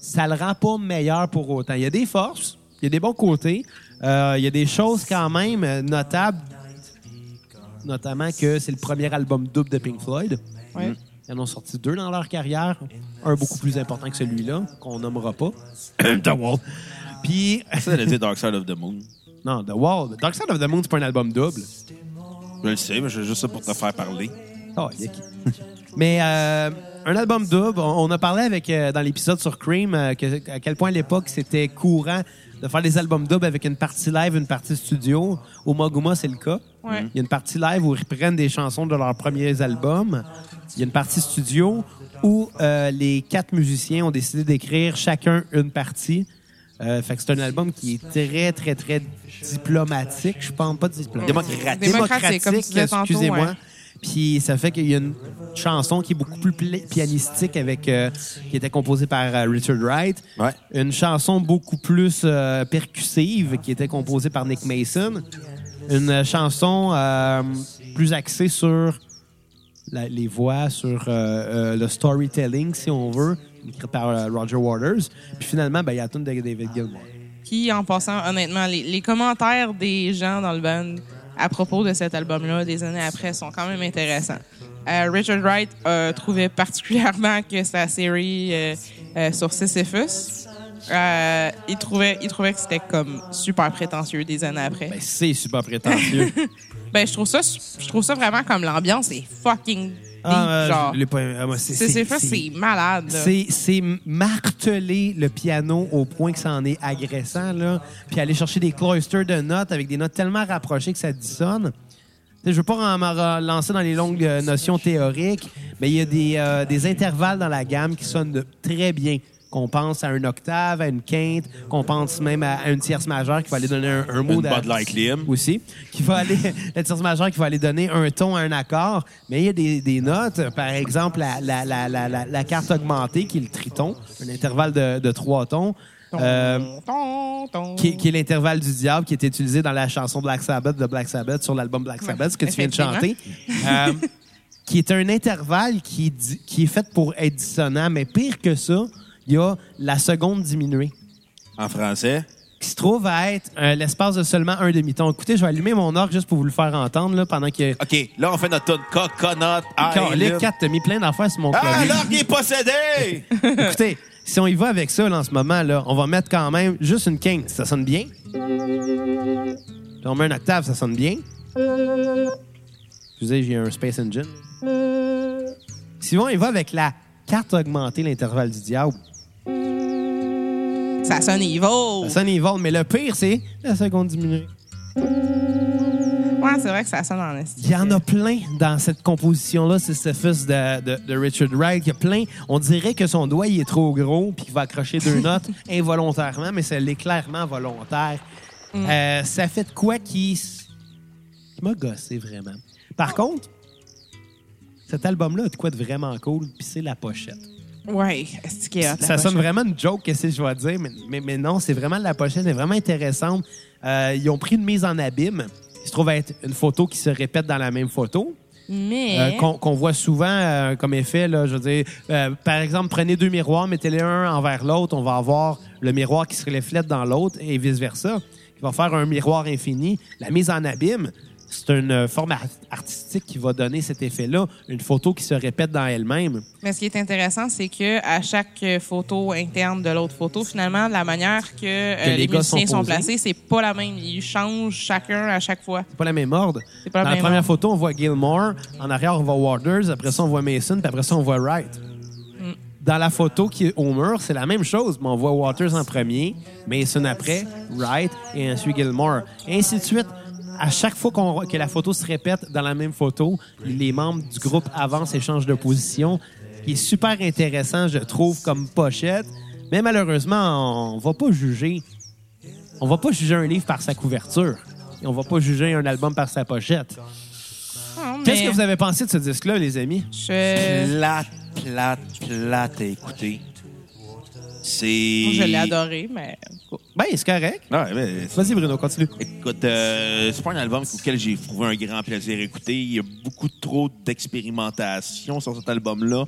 Ça le rend pas meilleur pour autant. Il y a des forces, il y a des bons côtés, euh, il y a des choses quand même euh, notables, notamment que c'est le premier album double de Pink Floyd. Ouais. Ils en ont sorti deux dans leur carrière. Un beaucoup plus important que celui-là, qu'on nommera pas. The Wall. Puis, Ça, elle a dit Dark Side of the Moon. non, The Wall. Dark Side of the Moon, c'est pas un album double. Je le sais, mais je juste ça pour te faire parler. Oh, yuck. Mais euh, un album double, on on a parlé avec euh, dans l'épisode sur Cream euh, que- à quel point à l'époque c'était courant de faire des albums doubles avec une partie live, une partie studio. Au Moguma, c'est le cas. Ouais. Il y a une partie live où ils reprennent des chansons de leurs premiers albums. Il y a une partie studio où euh, les quatre musiciens ont décidé d'écrire chacun une partie. Euh, fait que c'est un album qui est très, très, très diplomatique. Je pense pas diplomatique. Démocratique. Démocratique, comme tu disais tantôt, excusez-moi. ouais. Puis ça fait qu'il y a une chanson qui est beaucoup plus pla- pianistique avec euh, qui était composée par euh, Richard Wright. Ouais. Une chanson beaucoup plus euh, percussive qui était composée par Nick Mason. Une euh, chanson euh, plus axée sur la- les voix, sur euh, euh, le storytelling, si on veut, écrite par euh, Roger Waters. Puis finalement, ben, il y a la tune de David Gilmour. Qui, en passant, honnêtement, les, les commentaires des gens dans le band à propos de cet album-là, des années après, sont quand même intéressants. Euh, Richard Wright euh, trouvait particulièrement que sa série euh, euh, sur Sisyphus, euh, il, trouvait, il trouvait que c'était comme super prétentieux des années après. Ben, c'est super prétentieux. Ben, je trouve ça, je trouve ça vraiment comme l'ambiance est fucking deep, Ah, euh, genre. je l'ai pas- ah, moi, c'est- c'est- Sisyphus, c'est- c'est malade. là. C'est c'est marteler le piano au point que ça en est agressant, là. Puis aller chercher des cloisters de notes avec des notes tellement rapprochées que ça dissonne. Tu sais, Je veux pas en- me lancer dans les longues euh, notions théoriques, mais il y a des, euh, des intervalles dans la gamme qui sonnent de- très bien. Qu'on pense à une octave, à une quinte, qu'on pense même à, à une tierce majeure qui va aller donner un, un mot Une d'a- Bud Light Lime. aussi, qui va aller, la tierce majeure qui va aller donner un ton à un accord, mais il y a des, des notes, par exemple la, la, la, la, la, la carte augmentée qui est le triton, un intervalle de, de trois tons. euh, Ton, ton. qui, qui est l'intervalle du diable qui est utilisé dans la chanson Black Sabbath de Black Sabbath sur l'album Black Ouais, Sabbath, ce que tu viens de effectivement. chanter, euh, qui est un intervalle qui, di- qui est fait pour être dissonant, mais pire que ça, il y a la seconde diminuée En français. qui se trouve à être euh, l'espace de seulement un demi-ton. Écoutez, je vais allumer mon orgue juste pour vous le faire entendre là, pendant que... OK, là, on fait notre tune Coconut les Island. quatre, t'as mis plein d'affaires sur mon Ah, clavier. l'orgue est possédé! Écoutez, si on y va avec ça là, en ce moment, là, on va mettre quand même juste une quinte. Ça sonne bien. Puis on met une octave, ça sonne bien. Excusez, j'ai un Space Engine. Si on y va avec la carte augmentée, l'intervalle du diable, Ça sonne evil. ça sonne evil, mais le pire, c'est la seconde diminuée. Ouais, c'est vrai que ça sonne en esti. Il y en a plein dans cette composition-là, c'est ce fils de, de- de Richard Wright. Il y a plein. On dirait que son doigt, il est trop gros, puis qu'il va accrocher deux notes involontairement, mais ça l'est clairement volontaire. Mm. Euh, ça fait de quoi qui, s- qui m'a gossé vraiment. Par contre, cet album-là a de quoi de vraiment cool, puis c'est la pochette. Ouais, est-ce qu'il y a de la Ça sonne pochette? vraiment une joke, qu'est-ce que je vais dire, mais, mais, mais non, c'est vraiment la pochette, elle est vraiment intéressante. Euh, ils ont pris une mise en abîme, qui se trouve être une photo qui se répète dans la même photo. Euh, Mais. qu'on qu'on voit souvent euh, comme effet. Là, je veux dire, euh, par exemple, prenez deux miroirs, mettez-les un envers l'autre, on va avoir le miroir qui se reflète dans l'autre et vice-versa. Il va faire un miroir infini. La mise en abîme, c'est une euh, forme ar- artistique qui va donner cet effet-là, une photo qui se répète dans elle-même. Mais ce qui est intéressant, c'est que à chaque euh, photo interne de l'autre photo, finalement, la manière que, euh, Que les les, gars musiciens sont sont, posés. placés, c'est pas la même. Ils changent chacun à chaque fois. C'est pas la même ordre. C'est pas la dans la même première ordre. photo, on voit Gilmore. En arrière, on voit Waters. Après ça, on voit Mason. Puis après ça, on voit Wright. Mm. Dans la photo qui est au mur, c'est la même chose, mais on voit Waters en premier, Mason après, Wright et ensuite Gilmore. Et ainsi de suite. à chaque fois qu'on- que la photo se répète dans la même photo, les membres du groupe avancent et changent de position. Ce qui est super intéressant, je trouve, comme pochette. Mais malheureusement, on va pas juger. On va pas juger un livre par sa couverture. Et on va pas juger un album par sa pochette. Non, Qu'est-ce Ah, mais que vous avez pensé de ce disque-là, les amis? Je... Plate, plate, plate à écouter. C'est. Moi, je l'ai adoré, mais... Ben, c'est correct. Ouais, mais Vas-y, Bruno, continue. Écoute, euh, c'est pas un album auquel j'ai trouvé un grand plaisir à écouter. Il y a beaucoup trop d'expérimentation sur cet album-là.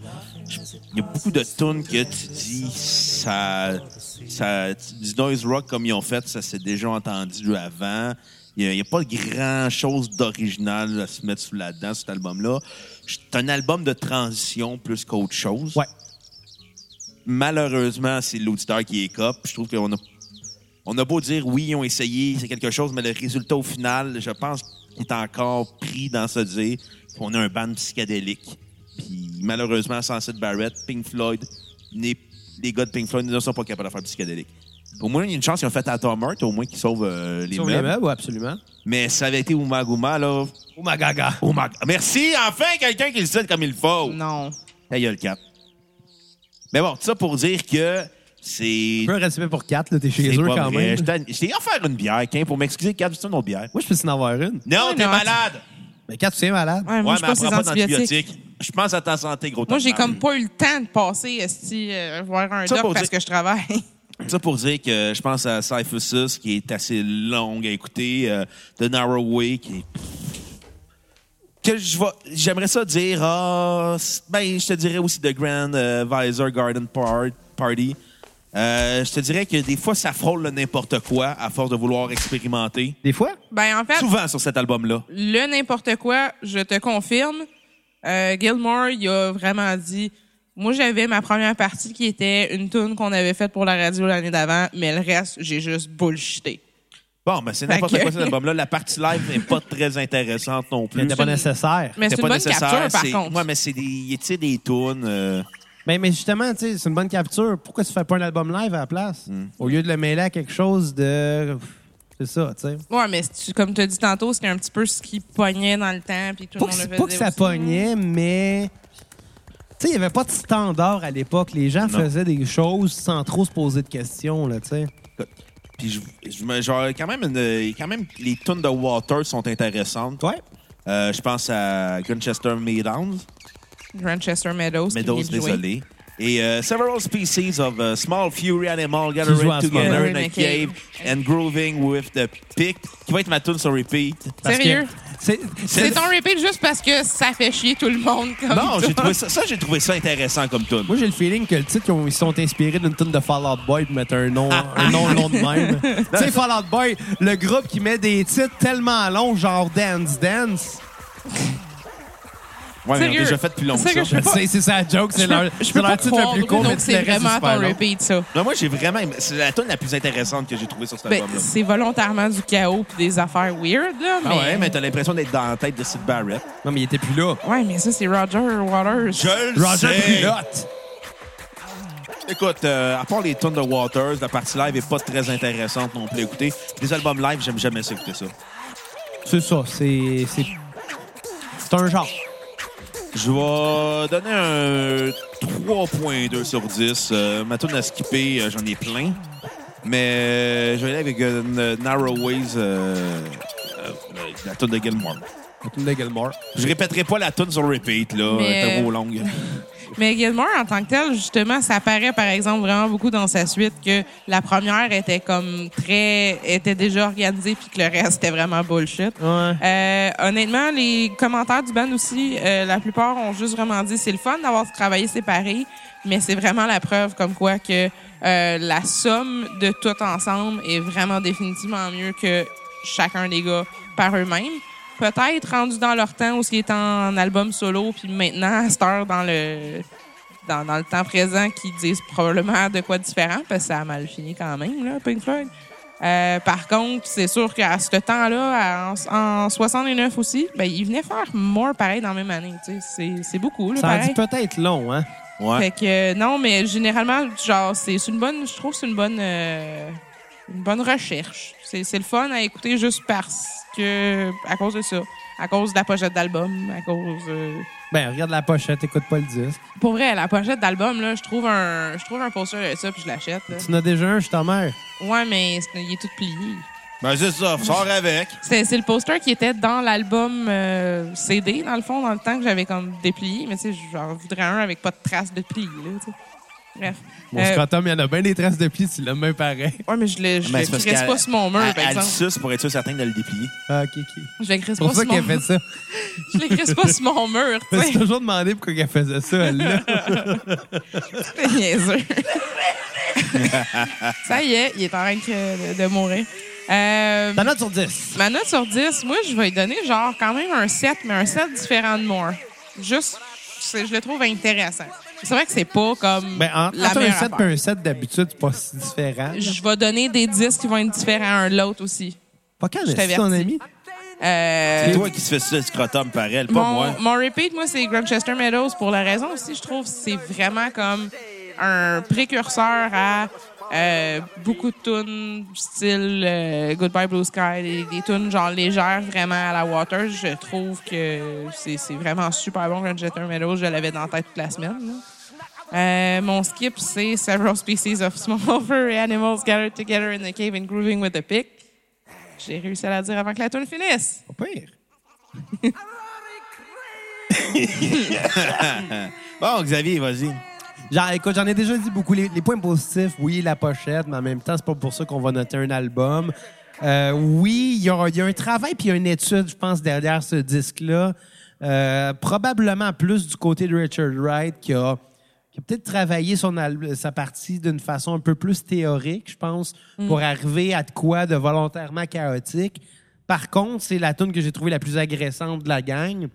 Je- Il y a beaucoup de tunes que tu dis, ça, ça, tu- du noise rock comme ils ont fait, ça s'est déjà entendu avant. Il n'y a, il y a pas grand-chose d'original à se mettre sous la dent, cet album-là. C'est un album de transition plus qu'autre chose. Ouais. Malheureusement, c'est l'auditeur qui est cop. Je trouve qu'on a on a beau dire oui, ils ont essayé, c'est quelque chose, mais le résultat au final, je pense qu'il est encore pris dans ce dire qu'on a un band psychédélique. Puis malheureusement, Sunset Barrett, Pink Floyd, les, les gars de Pink Floyd ne sont pas capables de faire psychédélique. Au moins, il y a une chance qu'ils ont fait Atom Heart, au moins qu'ils sauvent euh, les, Sur meubles. les meubles, ouais, absolument. Mais ça avait été Umaguma, là. Oh my gaga. Umag- Merci, enfin, quelqu'un qui le cite comme il faut. Non. Ta gueule, Cap. Mais bon, tout ça pour dire que c'est... Un peu de respect pour 4, là, t'es chez C'est eux pas quand vrai. même. Je t'ai- je t'ai offert une bière, Kim, pour m'excuser. Cap, c'est une autre bière. Moi, je peux en avoir une. Non, Ouais, t'es non. malade. Mais 4, tu es malade. Ouais, moi, ouais, je mais passe elle les prend pas antibiotiques. d'antibiotiques. Je pense à ta santé, gros Moi, j'ai tabarnak. comme pas eu le temps de passer esti, euh, voir un Ça, doc pour parce dire- que je travaille. Ça pour dire que je pense à Cyphosis, qui est assez longue à écouter, euh, The Narrow Way, qui est... Que je vais- J'aimerais ça dire, ah, c'est- ben, je te dirais aussi The Grand euh, Visor Garden Par- Party. Euh, je te dirais que des fois, ça frôle le n'importe quoi à force de vouloir expérimenter. Des fois? ben, en fait, Souvent sur cet album-là. le n'importe quoi, je te confirme. Euh, Gilmore, il a vraiment dit. Moi, j'avais ma première partie qui était une tune qu'on avait faite pour la radio l'année d'avant, mais le reste, j'ai juste bullshité. Bon, mais c'est n'importe Fait que- quoi cet album-là. La partie live n'est pas très intéressante non plus. C'était pas nécessaire. Mais c'est C'était une pas bonne nécessaire, capture, par c'est- contre. Ouais, mais c'est des, y a-t-il des tunes. euh, Ben, mais justement, tu sais, c'est une bonne capture. Pourquoi tu fais pas un album live à la place? Au lieu de le mêler à quelque chose de. C'est ça, tu sais. Ouais, mais c'est- comme tu as dit tantôt, c'était un petit peu ce qui pognait dans le temps, puis tout Pas le que, monde le faisait. pas que ça aussi. pognait, mais. Tu sais, il n'y avait pas de standard à l'époque. Les gens Non. faisaient des choses sans trop se poser de questions, là, tu sais. Puis je, je me- genre, quand même, une- quand même, les tunes de Water sont intéressantes. Ouais. Euh, je pense à Grunchester Meadows, Grandchester Meadows. qui Meadows, vient de jouer. désolé. Et euh, several species of uh, small fury animal Qui joue gathering à ce together moment. in a cave and grooving with the pick, qui va être ma tune sur repeat. Parce que- Sérieux? C'est- C'est c'est- ton repeat juste parce que ça fait chier tout le monde. Comme Non, toi. j'ai trouvé ça, ça, j'ai trouvé ça intéressant comme tune. Moi, j'ai le feeling que le titre, ils ont- ils sont inspirés d'une tune de Fall Out Boy pour mettre un nom, Ah. un nom long de même. tu sais, Fall Out Boy, le groupe qui met des titres tellement longs, genre Dance Dance. Ouais, mais on Sérieux? l'a déjà fait plus longtemps. Sérieux, je peux pas- C'est c'est ça la joke, c'est peux- leur, je c'est peux leur pas titre le croire, plus court, Bruno, mais que tout c'est le reste est vraiment super ton long. repeat, ça. Non, moi, j'ai vraiment. aimé- C'est la tune la plus intéressante que j'ai trouvée sur cet Ben, album-là. c'est volontairement du chaos puis des affaires weird, là. Ah mais... ouais, mais t'as l'impression d'être dans la tête de Sid Barrett. Non, mais il était plus là. Ouais, mais ça, c'est Roger Waters. Je Roger Pilote. Écoute, euh, à part les tunes de Waters, la partie live est pas très intéressante non plus. Écoutez, les albums live, j'aime jamais ça écouter ça. C'est ça, c'est. C'est c'est un genre. Je vais donner un 3.2 sur 10. Euh, ma tune à skipper, euh, j'en ai plein. Mais je vais aller avec euh, N- Narrow Ways, euh, euh, la tune de Gilmore. La tune de Gilmore. Je répéterai pas la tune sur repeat, là. Mais- Elle était trop longue. Mais Gilmore, en tant que tel, justement, ça paraît, par exemple, vraiment beaucoup dans sa suite que la première était comme très... était déjà organisée puis que le reste était vraiment bullshit. Ouais. Euh, honnêtement, les commentaires du band aussi, euh, la plupart ont juste vraiment dit c'est le fun d'avoir travaillé séparé, mais c'est vraiment la preuve comme quoi que euh, la somme de tout ensemble est vraiment définitivement mieux que chacun des gars par eux-mêmes. Peut-être rendu dans leur temps ou ce qui est en album solo, puis maintenant à cette heure dans le dans, dans le temps présent qui disent probablement de quoi différent, parce que ça a mal fini quand même, là, Pink Floyd. Euh, par contre, c'est sûr qu'à ce temps-là, à- en, en 69 aussi, ben, ils venaient faire more pareil dans la même année. tu sais. C'est c'est beaucoup, là, Ça en pareil. dit peut-être long, hein? Ouais. Fait que, euh, non, mais généralement, genre, c'est c'est une bonne, je trouve que c'est une bonne, euh, une bonne recherche. C'est c'est le fun à écouter juste parce que à cause de ça, à cause de la pochette d'album, à cause. euh, Ben, regarde la pochette, écoute pas le disque. Pour vrai, la pochette d'album là, je trouve un, je trouve un poster de ça puis je l'achète. là. Tu en as déjà un, je t'en mère. Ouais, mais c'est- il est tout plié. Ben, c'est ça, sors avec. C'est c'est le poster qui était dans l'album euh, CD dans le fond, dans le temps que j'avais comme déplié, mais tu sais, j'en voudrais un avec pas de traces de pli là. tu sais. Bref. Mon Euh, scrotum, il y en a bien des traces de plis, tu l'as même pareil. ouais, mais je le, je Ah, Mais le c'est parce crisse qu'elle- pas sur mon mur, elle- par elle dit exemple. ça, c'est pour être sûr certain de le déplier. Ah, ok, ok. Je le crisse C'est pour pas ça sur mon qu'elle fait mur. ça. Je le crisse pas sur mon mur, Je tu me sais. suis toujours demandé pourquoi elle faisait ça, elle, là. T'es niaiseux. ça y est, il est en train que- de, de mourir. Euh, T'en as sur 10. ma note sur 10, moi, je vais lui donner genre quand même un 7, mais un 7 différent de moi. Juste, c'est- je le trouve intéressant. C'est vrai que c'est pas comme Ben, en, la entre un meilleure 7 et affaire. un 7, d'habitude, c'est pas si différent. Je vais donner des 10 qui vont être différents un de l'autre aussi. Pas quand je est ton t'avertis. ami? Euh, C'est toi qui se fais ça, le scrotum, par elle, pas mon, moi. mon repeat, moi, c'est Grantchester Meadows pour la raison aussi, je trouve, c'est vraiment comme un précurseur à euh, beaucoup de tunes style euh, Goodbye Blue Sky, des, des tunes genre légères vraiment à la Waters. Je trouve que c'est c'est vraiment super bon Grantchester Meadows. Je l'avais dans la tête toute la semaine. là. Euh, mon skip, c'est Several Species of Small Furry Animals Gathered Together in the Cave and Grooving with a Pick. J'ai réussi à la dire avant que la tune finisse. Pas pire. Bon, Xavier, vas-y. Genre, écoute, j'en ai déjà dit beaucoup. Les, les points positifs, oui, la pochette, mais en même temps, c'est pas pour ça qu'on va noter un album. Euh, oui, il y, a- il y a un travail puis une étude, je pense, derrière ce disque-là. Euh, probablement plus du côté de Richard Wright qui a, qui a peut-être travaillé son al- sa partie d'une façon un peu plus théorique, je pense, pour arriver à de quoi de volontairement chaotique. Par contre, c'est la tune que j'ai trouvée la plus agressante de la gang.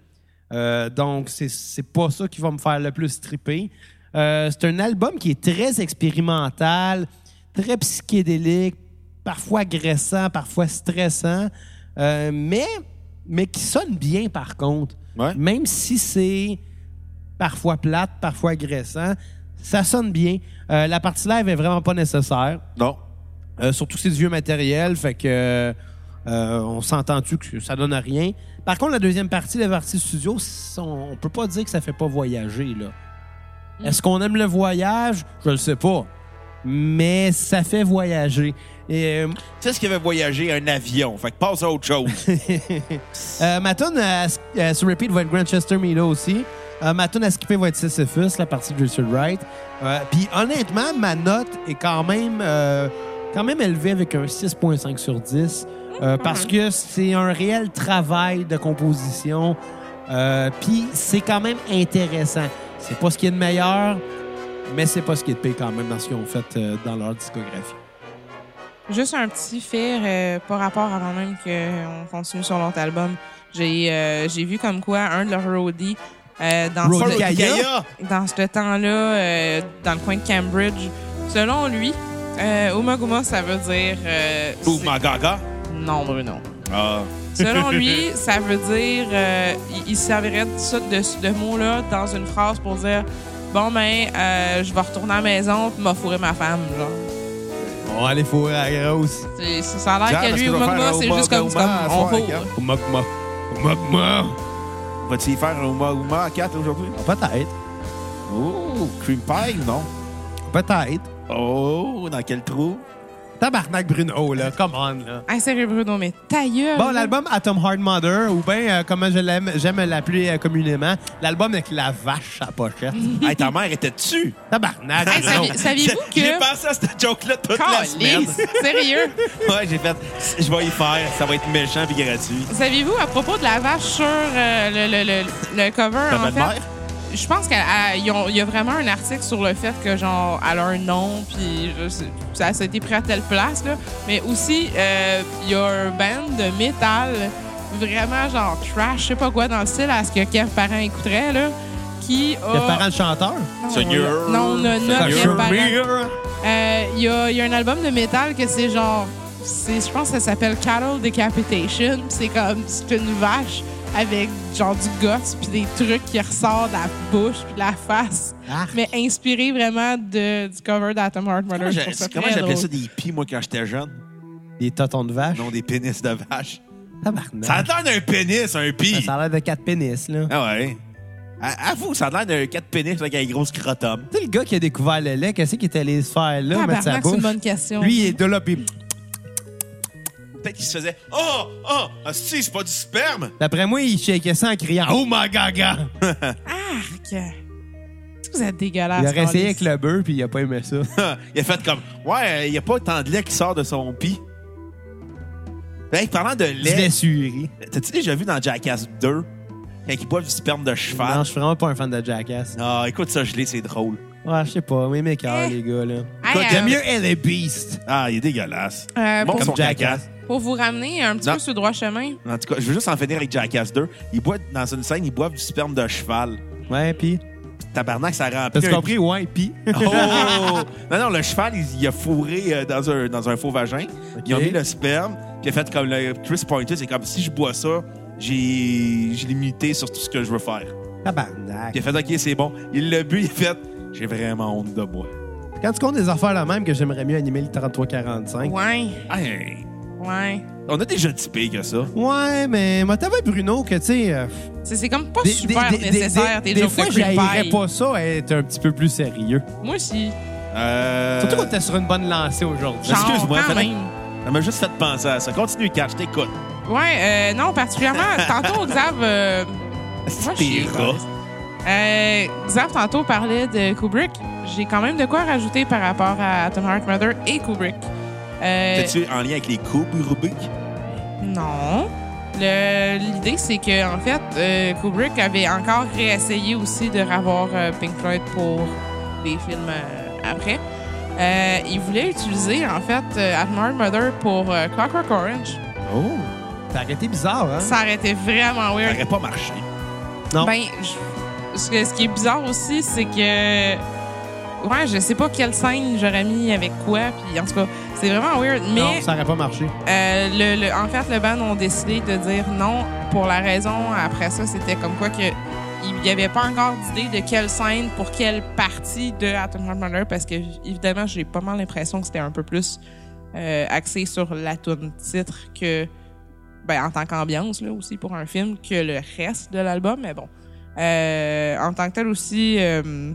Euh, donc, c'est- c'est pas ça qui va me faire le plus triper. Euh, c'est un album qui est très expérimental, très psychédélique, parfois agressant, parfois stressant, euh, mais, mais qui sonne bien par contre. Ouais. Même si c'est parfois plate, parfois agressant, ça sonne bien. Euh, la partie live est vraiment pas nécessaire. Non. Euh, surtout que c'est du vieux matériel, fait que euh, on s'entend-tu que ça donne à rien. Par contre, la deuxième partie, la partie studio, c- on, on peut pas dire que ça fait pas voyager là. Est-ce qu'on aime le voyage Je le sais pas, mais ça fait voyager. Et, euh, Tu sais ce qu'il avait voyagé? Un avion. Fait que passe à autre chose. euh, ma tune à, s- à se repeat va être Grantchester Milo aussi. Euh, ma tune à skipper va être Sisyphus, la partie de Richard Wright. Euh, Puis honnêtement, ma note est quand même, euh, quand même élevée avec un 6,5 sur 10 euh, parce que c'est un réel travail de composition. Euh, Puis c'est quand même intéressant. C'est pas ce qui est de meilleur, mais c'est pas ce qui est de pire quand même dans ce qu'ils ont fait euh, dans leur discographie. Juste un petit fait euh, par rapport avant même qu'on continue sur l'autre album. J'ai euh, j'ai vu comme quoi un de leurs roadies euh, dans, Roadie. ce- Gaïa. Gaïa! dans ce temps-là, euh, dans le coin de Cambridge, selon lui, euh, Umaguma, ça veut dire... euh, Ou ma gaga. c'est- non, Bruno. Ah. Selon lui, ça veut dire... euh, il, il servirait de ça, de ce de mot-là dans une phrase pour dire... Bon, ben, euh, je vais retourner à la maison puis m'a fourré ma femme, genre. On va aller fourrer à la grosse. C'est- Ça Tiens, a l'air que parce lui, qu'on va faire Umaguma, un c'est Uma- juste comme... Uma c'est comme, à on soir, fourre. hein. Ouma, ouma. Ouma, ouma. Vas-tu y faire un Uma Uma à 4 aujourd'hui? Peut-être. Oh, cream pie ou non? Peut-être. Oh, dans quel trou? Tabarnak Bruno, là. Come on, là. Ah, sérieux, Bruno, mais ta gueule! Bon, là. l'album Atom Hard Mother, ou bien, euh, comment je l'aime, j'aime l'appeler euh, communément, l'album avec la vache à pochette. hey, ta mère était dessus! Tabarnak, Hey, Bruno. savi- Saviez-vous que... J'ai pensé à cette joke-là toute la semaine. Calisse! Sérieux? Ouais, j'ai fait, je vais y faire, ça va être méchant puis gratuit. Saviez-vous, à propos de la vache sur euh, le, le- le- le cover, Ta en fait, belle-mère? je pense qu'il y a vraiment un article sur le fait que, genre, elle a un nom, puis je sais- ça, ça a été pris à telle place, là. Mais aussi, euh, il y a un band de métal, vraiment, genre, trash, je sais pas quoi, dans le style à ce que Kev Parent écouterait, là, qui a... Le parent de chanteur. Non, Seigneur. Non, non, non, Kev Seigneur. Parent. Euh, Il y, a, il y a un album de métal que c'est genre. c'est- Je pense que ça s'appelle Cattle Decapitation. Puis C'est comme. C'est une vache avec genre du gosse puis des trucs qui ressortent de la bouche puis de la face. Arc. Mais inspiré vraiment de, du cover d'Atom Heart Murder. Comment Je j'ai- trouve ça Comment très j'appelais drôle. ça des pis, moi, quand j'étais jeune? Des totons de vache. Non, des pénis de vache. Tabarnak. Ça a l'air d'un pénis, un pis. Ça a l'air de quatre pénis, là. Ah ouais. À- Avoue, ça a l'air d'un 4 pénis avec un gros scrotum. Tu sais, le gars qui a découvert le lait, qu'est-ce qu'il est allé se faire là, mettre Tabarnak, sa c'est bouche? une bonne question. Lui, il est de là, puis Peut-être qu'il se faisait Oh, oh, ah, si, c'est pas du sperme. d'après moi, il shakeait ça en criant Oh my gaga! Arc! Est-ce que vous êtes dégueulasse? Il aurait essayé Carlis? avec le beurre, puis il a pas aimé ça. il a fait comme Ouais, il y a pas tant de lait qui sort de son pis. Ben, Hey, parlant de Du lait lait, sué. t'as-tu déjà vu dans Jackass 2 quand ils boivent du sperme de cheval? Non, je suis vraiment pas un fan de Jackass. Ah, écoute ça, je l'ai, c'est drôle. Ouais, je sais pas. Oui, mais car, Eh. les gars, là. Hey, Écoute, j'aime euh, mieux elle est beast. Ah, il est dégueulasse. Montre Euh, pour- son Comme Jackass. caca. Pour vous ramener un petit Non. peu sur le droit chemin, En tout cas, je veux juste en finir avec Jackass 2. Ils boivent, dans une scène, ils boivent du sperme de cheval. Ouais, puis. Tabarnak, ça remplit. T'as un- compris? Ouais, puis. Oh! non, non, le cheval, il, il a fourré euh, dans, un, dans un faux vagin. Ils ont mis le sperme. Puis il a fait comme le Chris Pointer, c'est comme si je bois ça, j'ai j'ai limité sur tout ce que je veux faire. Tabarnak. Puis il a fait OK, c'est bon. Il l'a bu, il a fait J'ai vraiment honte de moi. Quand tu comptes des affaires la même que j'aimerais mieux animer le 33-45. ouais, Hey, ouais. on a déjà dit pire que ça. Ouais, mais moi, t'avais Bruno que, tu sais. euh, C'est c'est comme pas des- super des- des- nécessaire, des- tes Des jokes fois, de creep j'haïrais pie. pas ça, être un petit peu plus sérieux. Moi aussi. Euh, Surtout quand t'es sur une bonne lancée aujourd'hui. Genre- Excuse-moi, Excuse-moi, fallait- quand même. Ça m'a juste fait penser à ça. Continue, Kat, je t'écoute. Ouais, euh, non, particulièrement. tantôt, Xav. Euh, moi, je suis- T'es rat. Euh, Xav, tantôt, parlait de Kubrick. J'ai quand même de quoi rajouter par rapport à Tom Heart Murder et Kubrick. Euh, T'es-tu en lien avec les coups, Rubik? Non. Le- L'idée, c'est que en fait, euh, Kubrick avait encore réessayé aussi de revoir euh, Pink Floyd pour des films euh, après. Euh, il voulait utiliser, en fait, euh, Admiral Mother pour euh, Clockwork Orange. Oh! T'as arrêté bizarre, hein? Ça aurait été vraiment Ça weird. n'aurait pas marché. Non. Ben, je- ce que- ce qui est bizarre aussi, c'est que. Ouais, je sais pas quelle scène j'aurais mis avec quoi, puis en tout cas, c'est vraiment weird. Mais Non, ça aurait pas marché. euh, le, le- en fait, le band ont décidé de dire non pour la raison. Après ça, c'était comme quoi que il n'y avait pas encore d'idée de quelle scène pour quelle partie de Atom Heart Murder parce que évidemment, j'ai pas mal l'impression que c'était un peu plus euh, axé sur la tune titre que ben, en tant qu'ambiance là aussi pour un film que le reste de l'album. Mais bon, Euh, en tant que tel aussi. euh,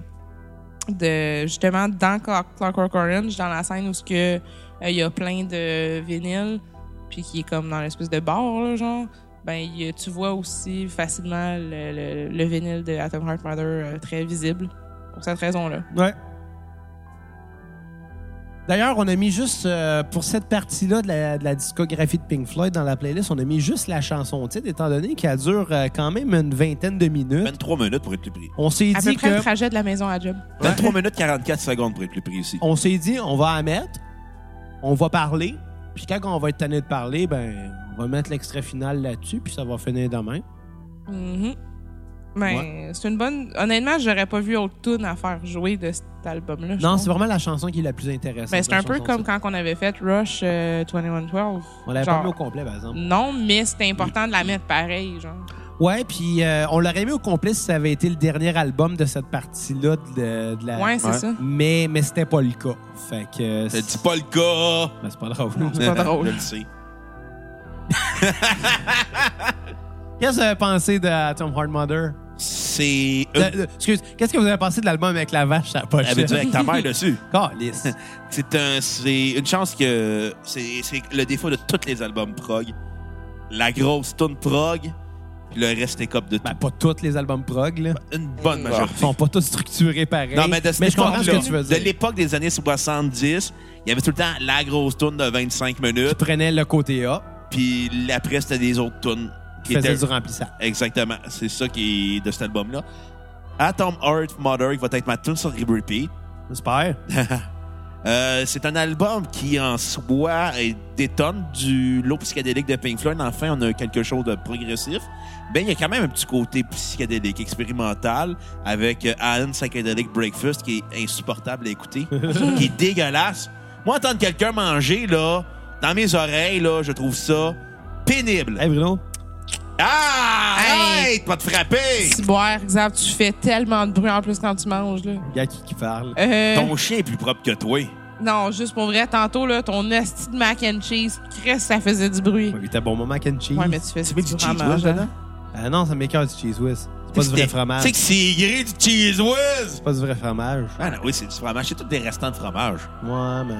de justement dans Clock- Clockwork Orange, dans la scène où ce que euh, il y a plein de vinyles, puis qui est comme dans l'espèce de bar là, genre, ben il y a- tu vois aussi facilement le, le, le vinyle de Atom Heart Mother euh, très visible pour cette raison-là. Ouais. D'ailleurs, on a mis juste, euh, pour cette partie-là de la, de la discographie de Pink Floyd dans la playlist, on a mis juste la chanson titre, étant donné qu'elle dure euh, quand même une vingtaine de minutes. 23 minutes pour être plus pris. On s'est À peu dit près le que. trajet de la maison à job. 23 minutes 44 secondes pour être plus précis. On s'est dit, on va la mettre, on va parler, puis quand on va être tanné de parler, ben, on va mettre l'extrait final là-dessus, puis ça va finir demain. Mm-hmm. Mhm. Ben, c'est une bonne. Honnêtement, j'aurais pas vu autre tune à faire jouer de cet album-là. je Non, pense. c'est vraiment la chanson qui est la plus intéressante. Ben, c'est la un peu chanson comme titre. quand on avait fait Rush euh, 2112. On l'avait Genre, pas mis au complet, par exemple. Non, mais c'était important de la mettre pareil, genre. Ouais, puis euh, on l'aurait mis au complet si ça avait été le dernier album de cette partie-là de, de la. Ouais, c'est Ouais. ça. Mais, mais c'était pas le cas. Fait que. euh, Ça c'est dit pas le gars! ben, c'est pas drôle. C'est pas drôle. Euh, Je le sais. Qu'est-ce que vous avez pensé de Tom Hard Mother? C'est De- une de- excuse, qu'est-ce que vous avez pensé de l'album avec la vache, sa poche? habitude avec ta mère dessus. Calisse. C'est un, c'est une chance que c'est c'est le défaut de tous les albums prog. La grosse tune prog, puis le reste est cop de tout. Ben, pas tous les albums prog, là. Une bonne Ils majorité. sont pas tous structurés pareil. Non, mais de cette je comprends ce que époque-là, tu veux de dire. l'époque des années 70, il y avait tout le temps la grosse tune de 25 Ils minutes, prenaient le côté A, puis l'après c'était des autres tunes qui ils faisaient étaient du remplissage. Exactement. C'est ça qui est de cet album-là. Atom Heart Mother, qui va être ma tune sur Repeat. J'espère. Euh, c'est un album qui, en soi, est- détonne du lot psychédélique de Pink Floyd. Enfin, on a quelque chose de progressif. Ben, il y a quand même un petit côté psychédélique, expérimental, avec euh, Alan Psychedelic Breakfast, qui est insupportable à écouter, qui est dégueulasse. Moi, entendre quelqu'un manger, là, dans mes oreilles, là, je trouve ça pénible. Hey, Bruno. Ah! Hey! Arrête! Pas te frapper! Ciboire, Xav, tu fais tellement de bruit en plus quand tu manges, là. Le gars qui, qui parle. Euh, Ton chien est plus propre que toi. Non, juste pour vrai, tantôt, là, ton asti de mac and cheese, Chris, ça faisait du bruit. Ouais, T'as bon moment mac and cheese. Ouais, mais tu fais Tu mets du cheese vraiment whiz mangeant. dedans? Ah non, ça m'écœure du cheese whiz. C'est pas du vrai C'était- fromage. Tu sais que C'est c'est gris du cheese whiz! pas du vrai fromage. Ah non, oui, c'est du fromage. C'est tous des restants de fromage. Ouais, mais.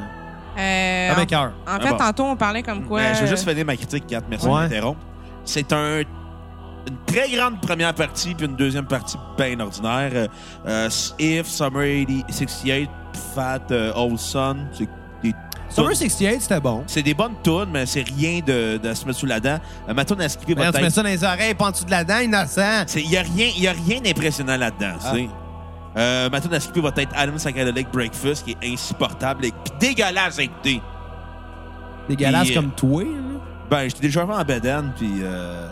Euh, Ça en- m'écœure. En Ah fait, bon. tantôt, on parlait comme quoi. Ben, je vais juste finir ma critique, Kat. Merci Ouais. de m'interrompre. C'est un, une très grande première partie, puis une deuxième partie bien ordinaire. Euh, euh, If, Summer 80 68, Fat, euh, Old Sun, c'est des Summer 68, c'était bon. c'est des bonnes tunes, mais c'est rien de, de se mettre sous la dent. Euh, ma tune à skipper D'ailleurs, Ben, tu mets peut-être. ça dans les oreilles, pas en dessous de la dent, innocent. Il n'y a rien, y a rien d'impressionnant là-dedans. tu Ah. sais. Euh, ma tune à skipper va être Adam Psychedelic Breakfast, qui est insupportable et puis dégueulasse à écouter. Ah, Dégueulasse Puis, euh, comme toi, là. Ben, j'étais déjà en badane, puis... Euh,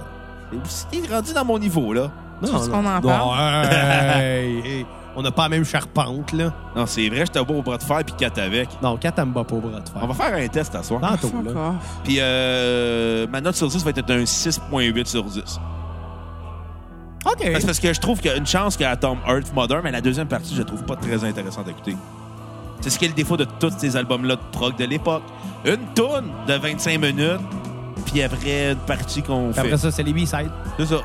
c'était rendu dans mon niveau, là. Tu veux qu'on en Non, hey, hey, on n'a pas la même charpente, là. Non, c'est vrai, j'étais beau au bras de fer puis 4 avec. Non, quand t'aimes pas pour bras de On fer. va faire un test à soir. Tantôt, Fuck là. off. Puis euh, ma note sur 10 va être un 6.8 sur 10. OK. Parce, parce que je trouve qu'il y a une chance qu'elle tombe Earth Mother, mais la deuxième partie, je la trouve pas très intéressante à écouter. C'est ce qui est le défaut de tous ces albums-là de prog de l'époque. Une tourne de 25 minutes, puis après une partie qu'on Puis fait. Après ça, c'est les B-sides. C'est ça.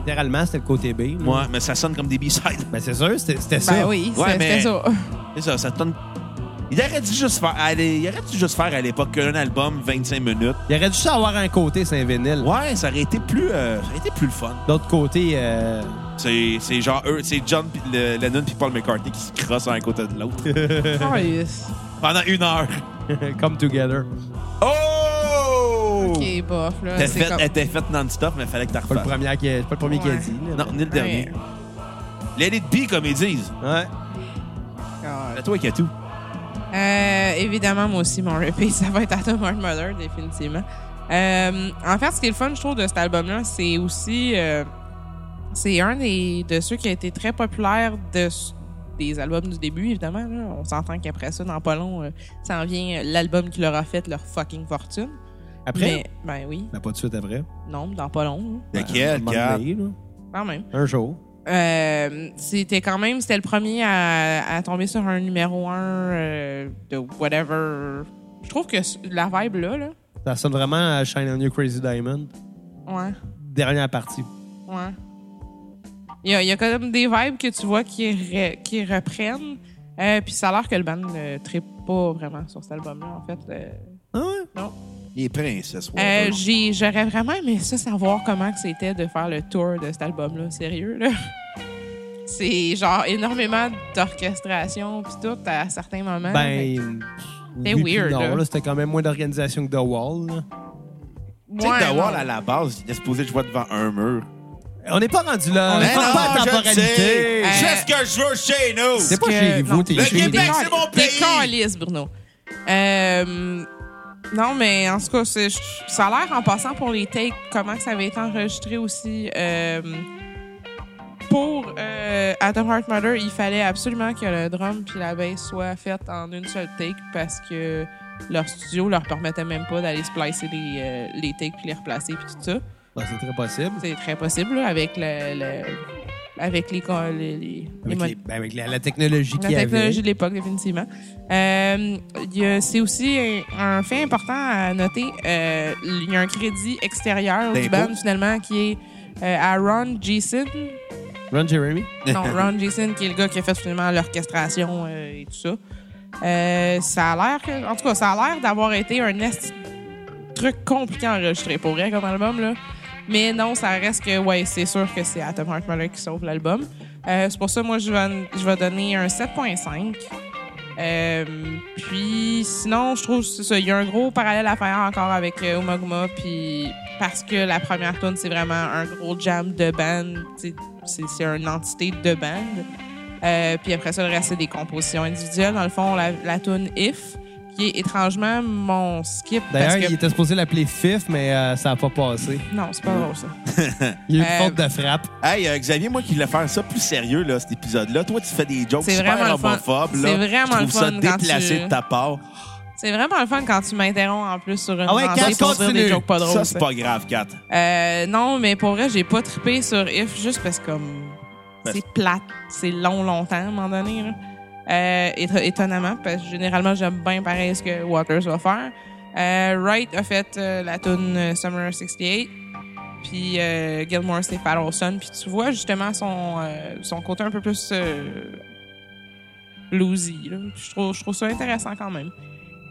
Littéralement, c'était le côté B. là. Ouais, mais ça sonne comme des B-sides. Ben, c'est sûr, c'était c'était ça. Ben oui, Ouais, c'est- c'était mais- ça. C'est ça, ça sonne. Il aurait dû juste faire, allez, il aurait dû juste faire à l'époque un album 25 minutes. Il aurait dû juste avoir un côté Saint-Vénil. Ouais, ça aurait été plus, euh, ça aurait été plus le fun. L'autre côté, euh, C'est c'est genre eux, c'est John pis le- Lennon puis Paul McCartney qui se crossent un à côté de l'autre Calice. pendant une heure. come together. Oh! eh, Ok, bof, là. Elle était c'est faite- comme- elle était faite non-stop, mais fallait que t'en Pas le refasses. premier qui, c'est pas le premier qui a Ouais. dit. là. Ben. Non, ni le dernier. Ouais. Let it be, comme ils disent. Ouais. À toi, Katou. Euh, évidemment, moi aussi, mon repeat, ça va être Atom Heart Mother, définitivement. Euh, en fait, ce qui est le fun, je trouve, de cet album-là, c'est aussi. euh, c'est un des, de ceux qui a été très populaire de, s- des albums du début, évidemment. là. On s'entend qu'après ça, dans pas long, euh, ça en vient euh, l'album qui leur a fait leur fucking fortune. Après? Mais, ben oui, Ben, pas de suite après. Ben, non, dans pas long, Un Lequel, moment Kat? donné, là. hein. quand même. Un jour. Euh, c'était quand même, c'était le premier à, à tomber sur un numéro un euh, de whatever. Je trouve que c- la vibe là, là. Ça sonne vraiment à Shine on You Crazy Diamond. Ouais, Dernière partie. ouais. Il y, a, il y a quand même des vibes que tu vois qui, re- qui reprennent. Euh, Puis ça a l'air que le band ne tripe pas vraiment sur cet album-là, en fait. Euh, Ah ouais? non. Les princesses. Euh, ouais. j'ai- J'aurais vraiment aimé ça savoir comment que c'était de faire le tour de cet album-là, sérieux. Là. C'est genre énormément d'orchestration puis tout à certains moments. Fait Ben. C'était oui puis weird, Non, là. là, c'était quand même moins d'organisation que The Wall. là. que- Tu sais Ouais, que The Wall, non. à la base, il était supposé jouer devant un mur. On n'est pas rendu là. On Je est pense non, pas à je le sais. temporalité. Je Euh, fais ce que je veux chez nous. C'est pas que- chez vous, non. t'es Le chez Québec, vous. c'est mon Des pays. câlisses, Bruno. Euh, non, mais en tout cas, c'est- ça a l'air, en passant pour les takes, comment que ça avait été enregistré aussi. euh, pour euh, Atom Heart Murder, il fallait absolument que le drum puis la bass soient faites en une seule take parce que leur studio leur permettait même pas d'aller splicer les, euh, les takes puis les replacer puis tout ça. Ben, c'est très possible. C'est très possible là, avec le, le- avec les co- les, les- les Avec, mon- les- ben, avec la, la technologie qu'il y la avait. technologie de l'époque, définitivement. Euh, il y a- c'est aussi un, un fait important à noter. euh, il y a un crédit extérieur du D'impôt. band, finalement, qui est euh, à Ron Jason. Ron Jeremy. Non, Ron Jason, qui est le gars qui a fait finalement l'orchestration euh, et tout ça. Euh, ça a l'air que- En tout cas, ça a l'air d'avoir été un esti de truc compliqué à enregistrer pour vrai comme album, là. Mais non, ça reste que, ouais, c'est sûr que c'est Atom Heart Mother qui sauve l'album. Euh, c'est pour ça, moi, je vais, je vais donner un 7.5. Euh, puis, sinon, je trouve, c'est ça, il y a un gros parallèle à faire encore avec euh, Omagma, puis parce que la première tune c'est vraiment un gros jam de band, tu sais, c'est c'est une entité de band. Euh, puis après ça, le reste, c'est des compositions individuelles. Dans le fond, la, la tune If, qui est étrangement mon skip. D'ailleurs, parce que... il était supposé l'appeler FIF, mais euh, ça n'a pas passé. Non, c'est pas drôle, ça. Il y a eu Euh, une faute de frappe. Hey, euh, Xavier, moi qui voulais faire ça plus sérieux, là, cet épisode-là, toi, tu fais des jokes C'est super vraiment le fun. homophobes. là. C'est vraiment Je trouve le ça fun quand déplacé tu- de ta part. C'est vraiment le fun quand tu m'interromps en plus sur une Ah ouais, lancée Kat, pour dire continue. des jokes pas drôles. Ça, c'est ça. pas grave, Kat. Euh, non, mais pour vrai, j'ai pas trippé sur If juste parce que comme Ben, c'est plate, c'est long longtemps à un moment donné. Là. euh, éton- étonnamment, parce que généralement, j'aime bien pareil ce que Waters va faire. Euh, Wright a fait euh, la tune euh, Summer 68, puis euh, Gilmore, c'est Fat Olson. Puis tu vois justement son, euh, son côté un peu plus euh, bluesy. là. Puis Je, trouve, je trouve ça intéressant quand même.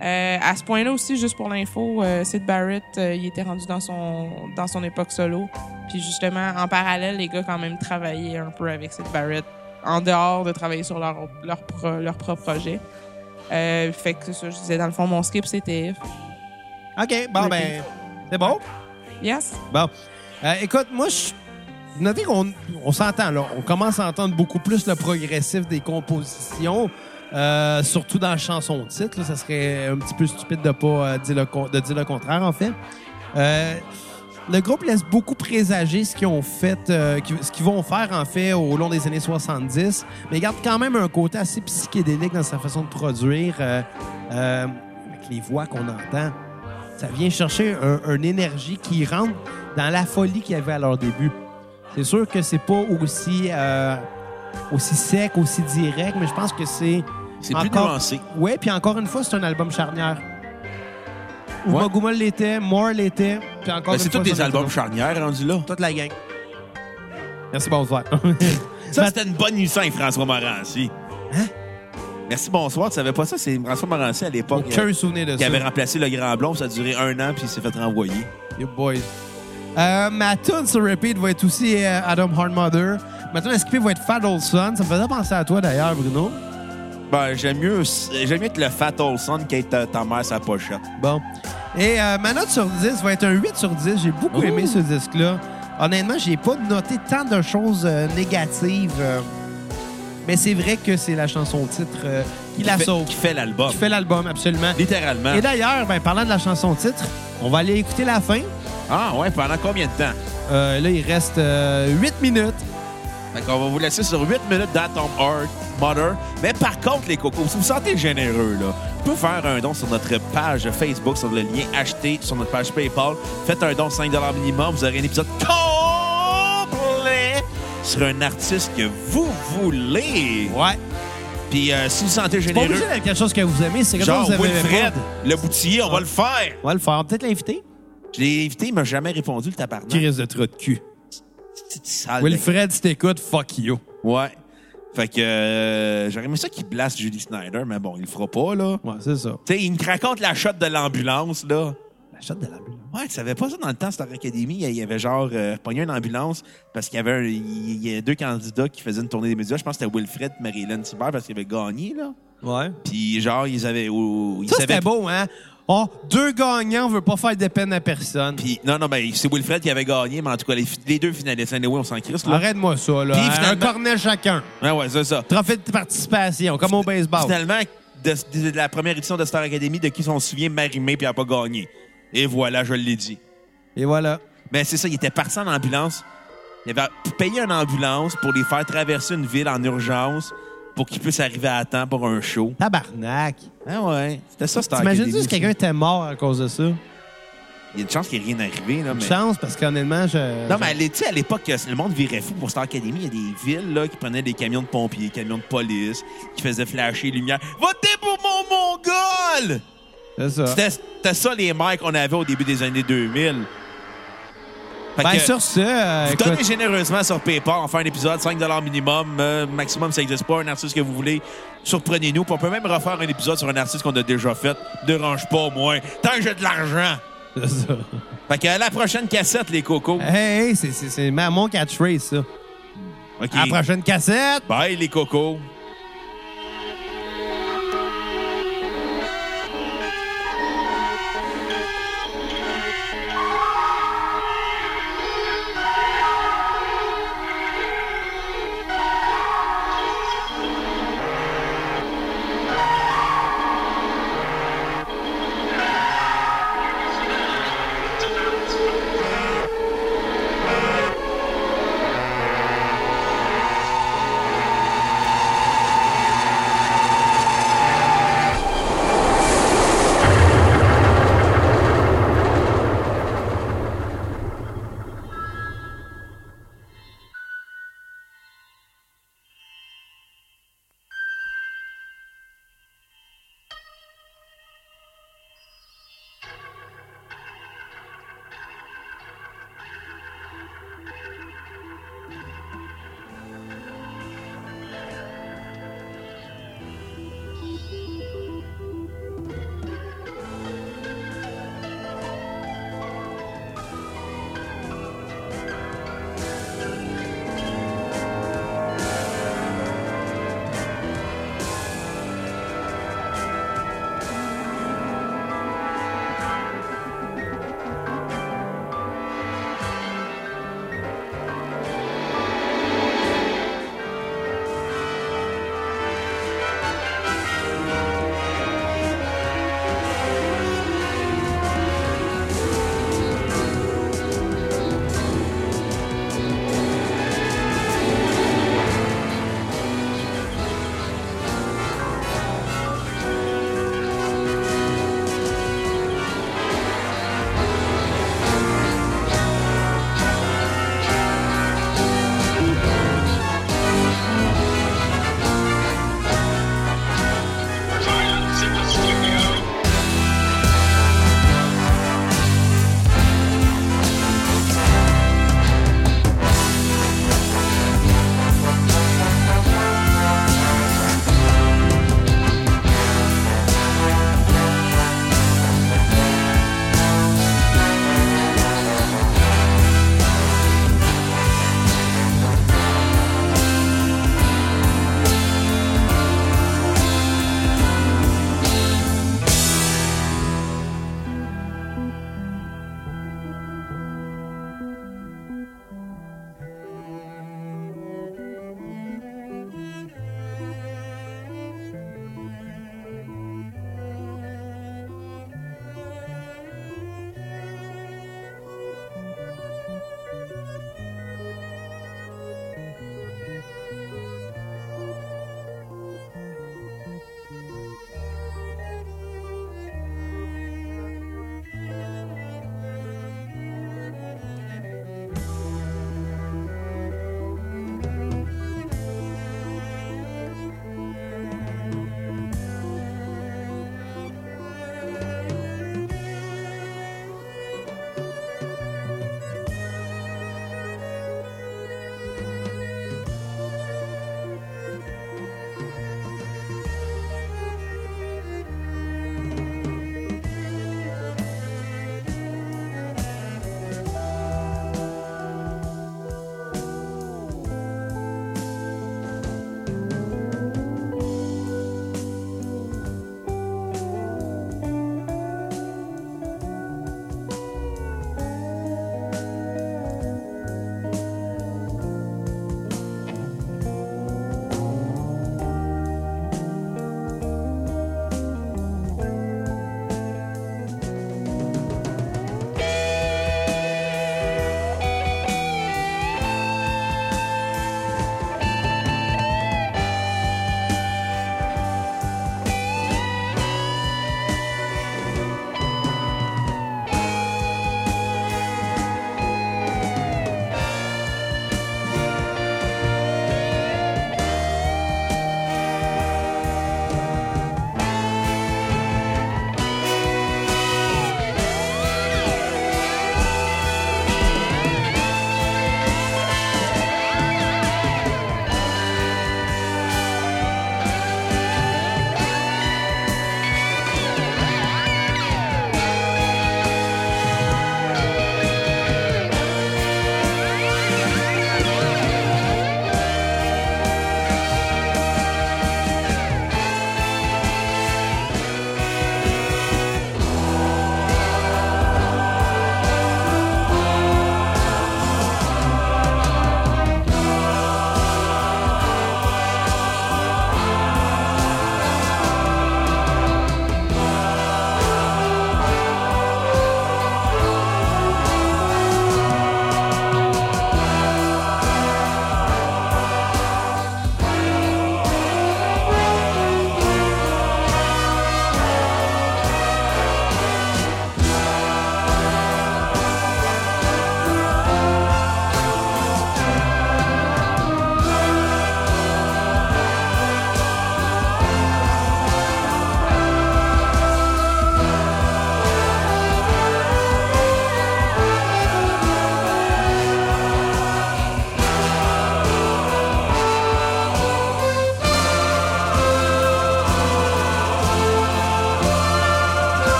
Euh, à ce point-là aussi, juste pour l'info, euh, Sid Barrett, euh, il était rendu dans son, dans son époque solo. Puis justement, en parallèle, les gars quand même travaillaient un peu avec Sid Barrett en dehors de travailler sur leur, leur, pro- leur propre projet. Euh, fait que c'est ça, je disais, dans le fond, mon skip, c'était... OK, bon, ben, c'est bon. Yes! Bon. Euh, écoute, moi, je. Notez qu'on on s'entend, là. On commence à entendre beaucoup plus le progressif des compositions, euh, surtout dans chanson-titre. Ça serait un petit peu stupide de pas euh, dire, le con- de dire le contraire, en fait. Euh, le groupe laisse beaucoup présager ce qu'ils ont fait, euh, qui- ce qu'ils vont faire, en fait, au long des années 70, mais garde quand même un côté assez psychédélique dans sa façon de produire, euh, euh, avec les voix qu'on entend ça vient chercher un- une énergie qui rentre dans la folie qu'il y avait à leur début. C'est sûr que c'est pas aussi, euh, aussi sec, aussi direct, mais je pense que c'est. C'est plus encore- nuancé. Ouais, puis encore une fois, c'est un album charnière. Ouais. Maguma l'était, Moore l'était, puis encore Ben, une c'est tous fois, des c'est un albums album- charnières rendus là. Toute la gang. Merci, bonsoir. Ça, c'était une bonne nuit sainte, François Morancy. Hein? Merci, bonsoir. Tu savais pas ça? C'est François Morancy à l'époque Aucun souvenir de qui ça. avait remplacé le Grand Blond. Ça a duré un an, puis il s'est fait renvoyer. You boys. Euh, ma tune sur repeat va être aussi euh, Adam Hardmother. Ma tune à skipper va être Fat Old Son. Ça me faisait penser à toi d'ailleurs, Bruno. Ben, j'aime mieux, j'aime mieux que le Fat Olson qui ta, ta mère sa pochette. Bon. Et euh, ma note sur 10 va être un 8 sur 10. J'ai beaucoup Ouh. aimé ce disque-là. Honnêtement, j'ai pas noté tant de choses euh, négatives. euh, mais c'est vrai que c'est la chanson titre euh, qui la fait, sauve. Qui fait l'album. Qui fait l'album, absolument. Littéralement. Et d'ailleurs, ben, parlant de la chanson titre, on va aller écouter la fin. Ah ouais, pendant combien de temps? Euh, là, il reste 8 minutes. Fait qu'on va vous laisser sur 8 minutes d'Atom Heart Mother. Mais par contre, les cocos, si vous sentez généreux, là, vous pouvez faire un don sur notre page Facebook, sur le lien acheté sur notre page PayPal. Faites un don 5 minimum. Vous aurez un épisode complet sur un artiste que vous voulez. Ouais. Puis euh, si vous sentez C'est pas généreux, obligé d'être quelque chose que vous aimez. C'est quelque genre chose que vous aimez Wilfred, pas. le boutillier, on va le faire. On va le faire. On va Peut-être l'inviter. Je l'ai invité, il m'a jamais répondu, le tabarnak. Qui risque de trop de cul. Petite sale Wilfred, si t'écoutes, fuck you. mec. Ouais. Fait que euh, j'aurais aimé ça qu'il blasse Julie Snyder, mais bon, il le fera pas, là. Ouais, c'est ça. Tu sais, il me raconte la shot de l'ambulance, là. La chatte de l'ambulance. Ouais, tu savais pas ça dans le temps, Star Academy, il y avait genre euh, pogné une ambulance parce qu'il y avait un- il y avait deux candidats qui faisaient une tournée des médias. Je pense que c'était Wilfred et Marilyn Tiber parce qu'ils avaient gagné, là. Ouais. Puis genre, ils avaient. ou- ils Ça, savaient- c'était beau, hein? Oh, deux gagnants, on veut pas faire de peine à personne. Puis, non, non, ben, c'est Wilfred qui avait gagné, mais en tout cas, les, fi- les deux finalistes, anyway, on s'en crisse, là. Arrête-moi ça, là. Puis, hein, finalement- Un cornet chacun. Ouais, ouais, c'est ça. Trophée de participation, comme au baseball. Finalement, de, de- de la première édition de Star Academy, de qui on se souvient, Marimé, puis elle n'a pas gagné. Et voilà, je l'ai dit. Et voilà. Mais c'est ça, il était parti en ambulance. Il avait payé une ambulance pour les faire traverser une ville en urgence pour qu'ils puissent arriver à temps pour un show. Tabarnak. Ah ouais, c'était ça, Star Academy. T'imagines-tu si quelqu'un était mort à cause de ça? Il y a une chance qu'il n'y ait rien arrivé, là, Une mais... chance, parce qu'honnêtement, je. Non, mais elle- tu sais, à l'époque, euh, le monde virait fou pour Star Academy. Il y a des villes là, qui prenaient des camions de pompiers, camions de police, qui faisaient flasher les lumières. Votez pour mon Mongol! C'est ça. C'était c'était ça les mecs qu'on avait au début des années 2000. Fait Ben, que, sur ce, euh, vous écoute, donnez généreusement sur PayPal, on fait un épisode, 5 minimum, euh, maximum ça n'existe pas, un artiste que vous voulez, surprenez-nous. Puis on peut même refaire un épisode sur un artiste qu'on a déjà fait, dérange pas au moins, tant que j'ai de l'argent. c'est ça. Fait que à la prochaine cassette, les cocos. Hey, hey, c'est- c'est c'est ma- mon catchphrase, ça. OK. À la prochaine cassette! Bye, les cocos.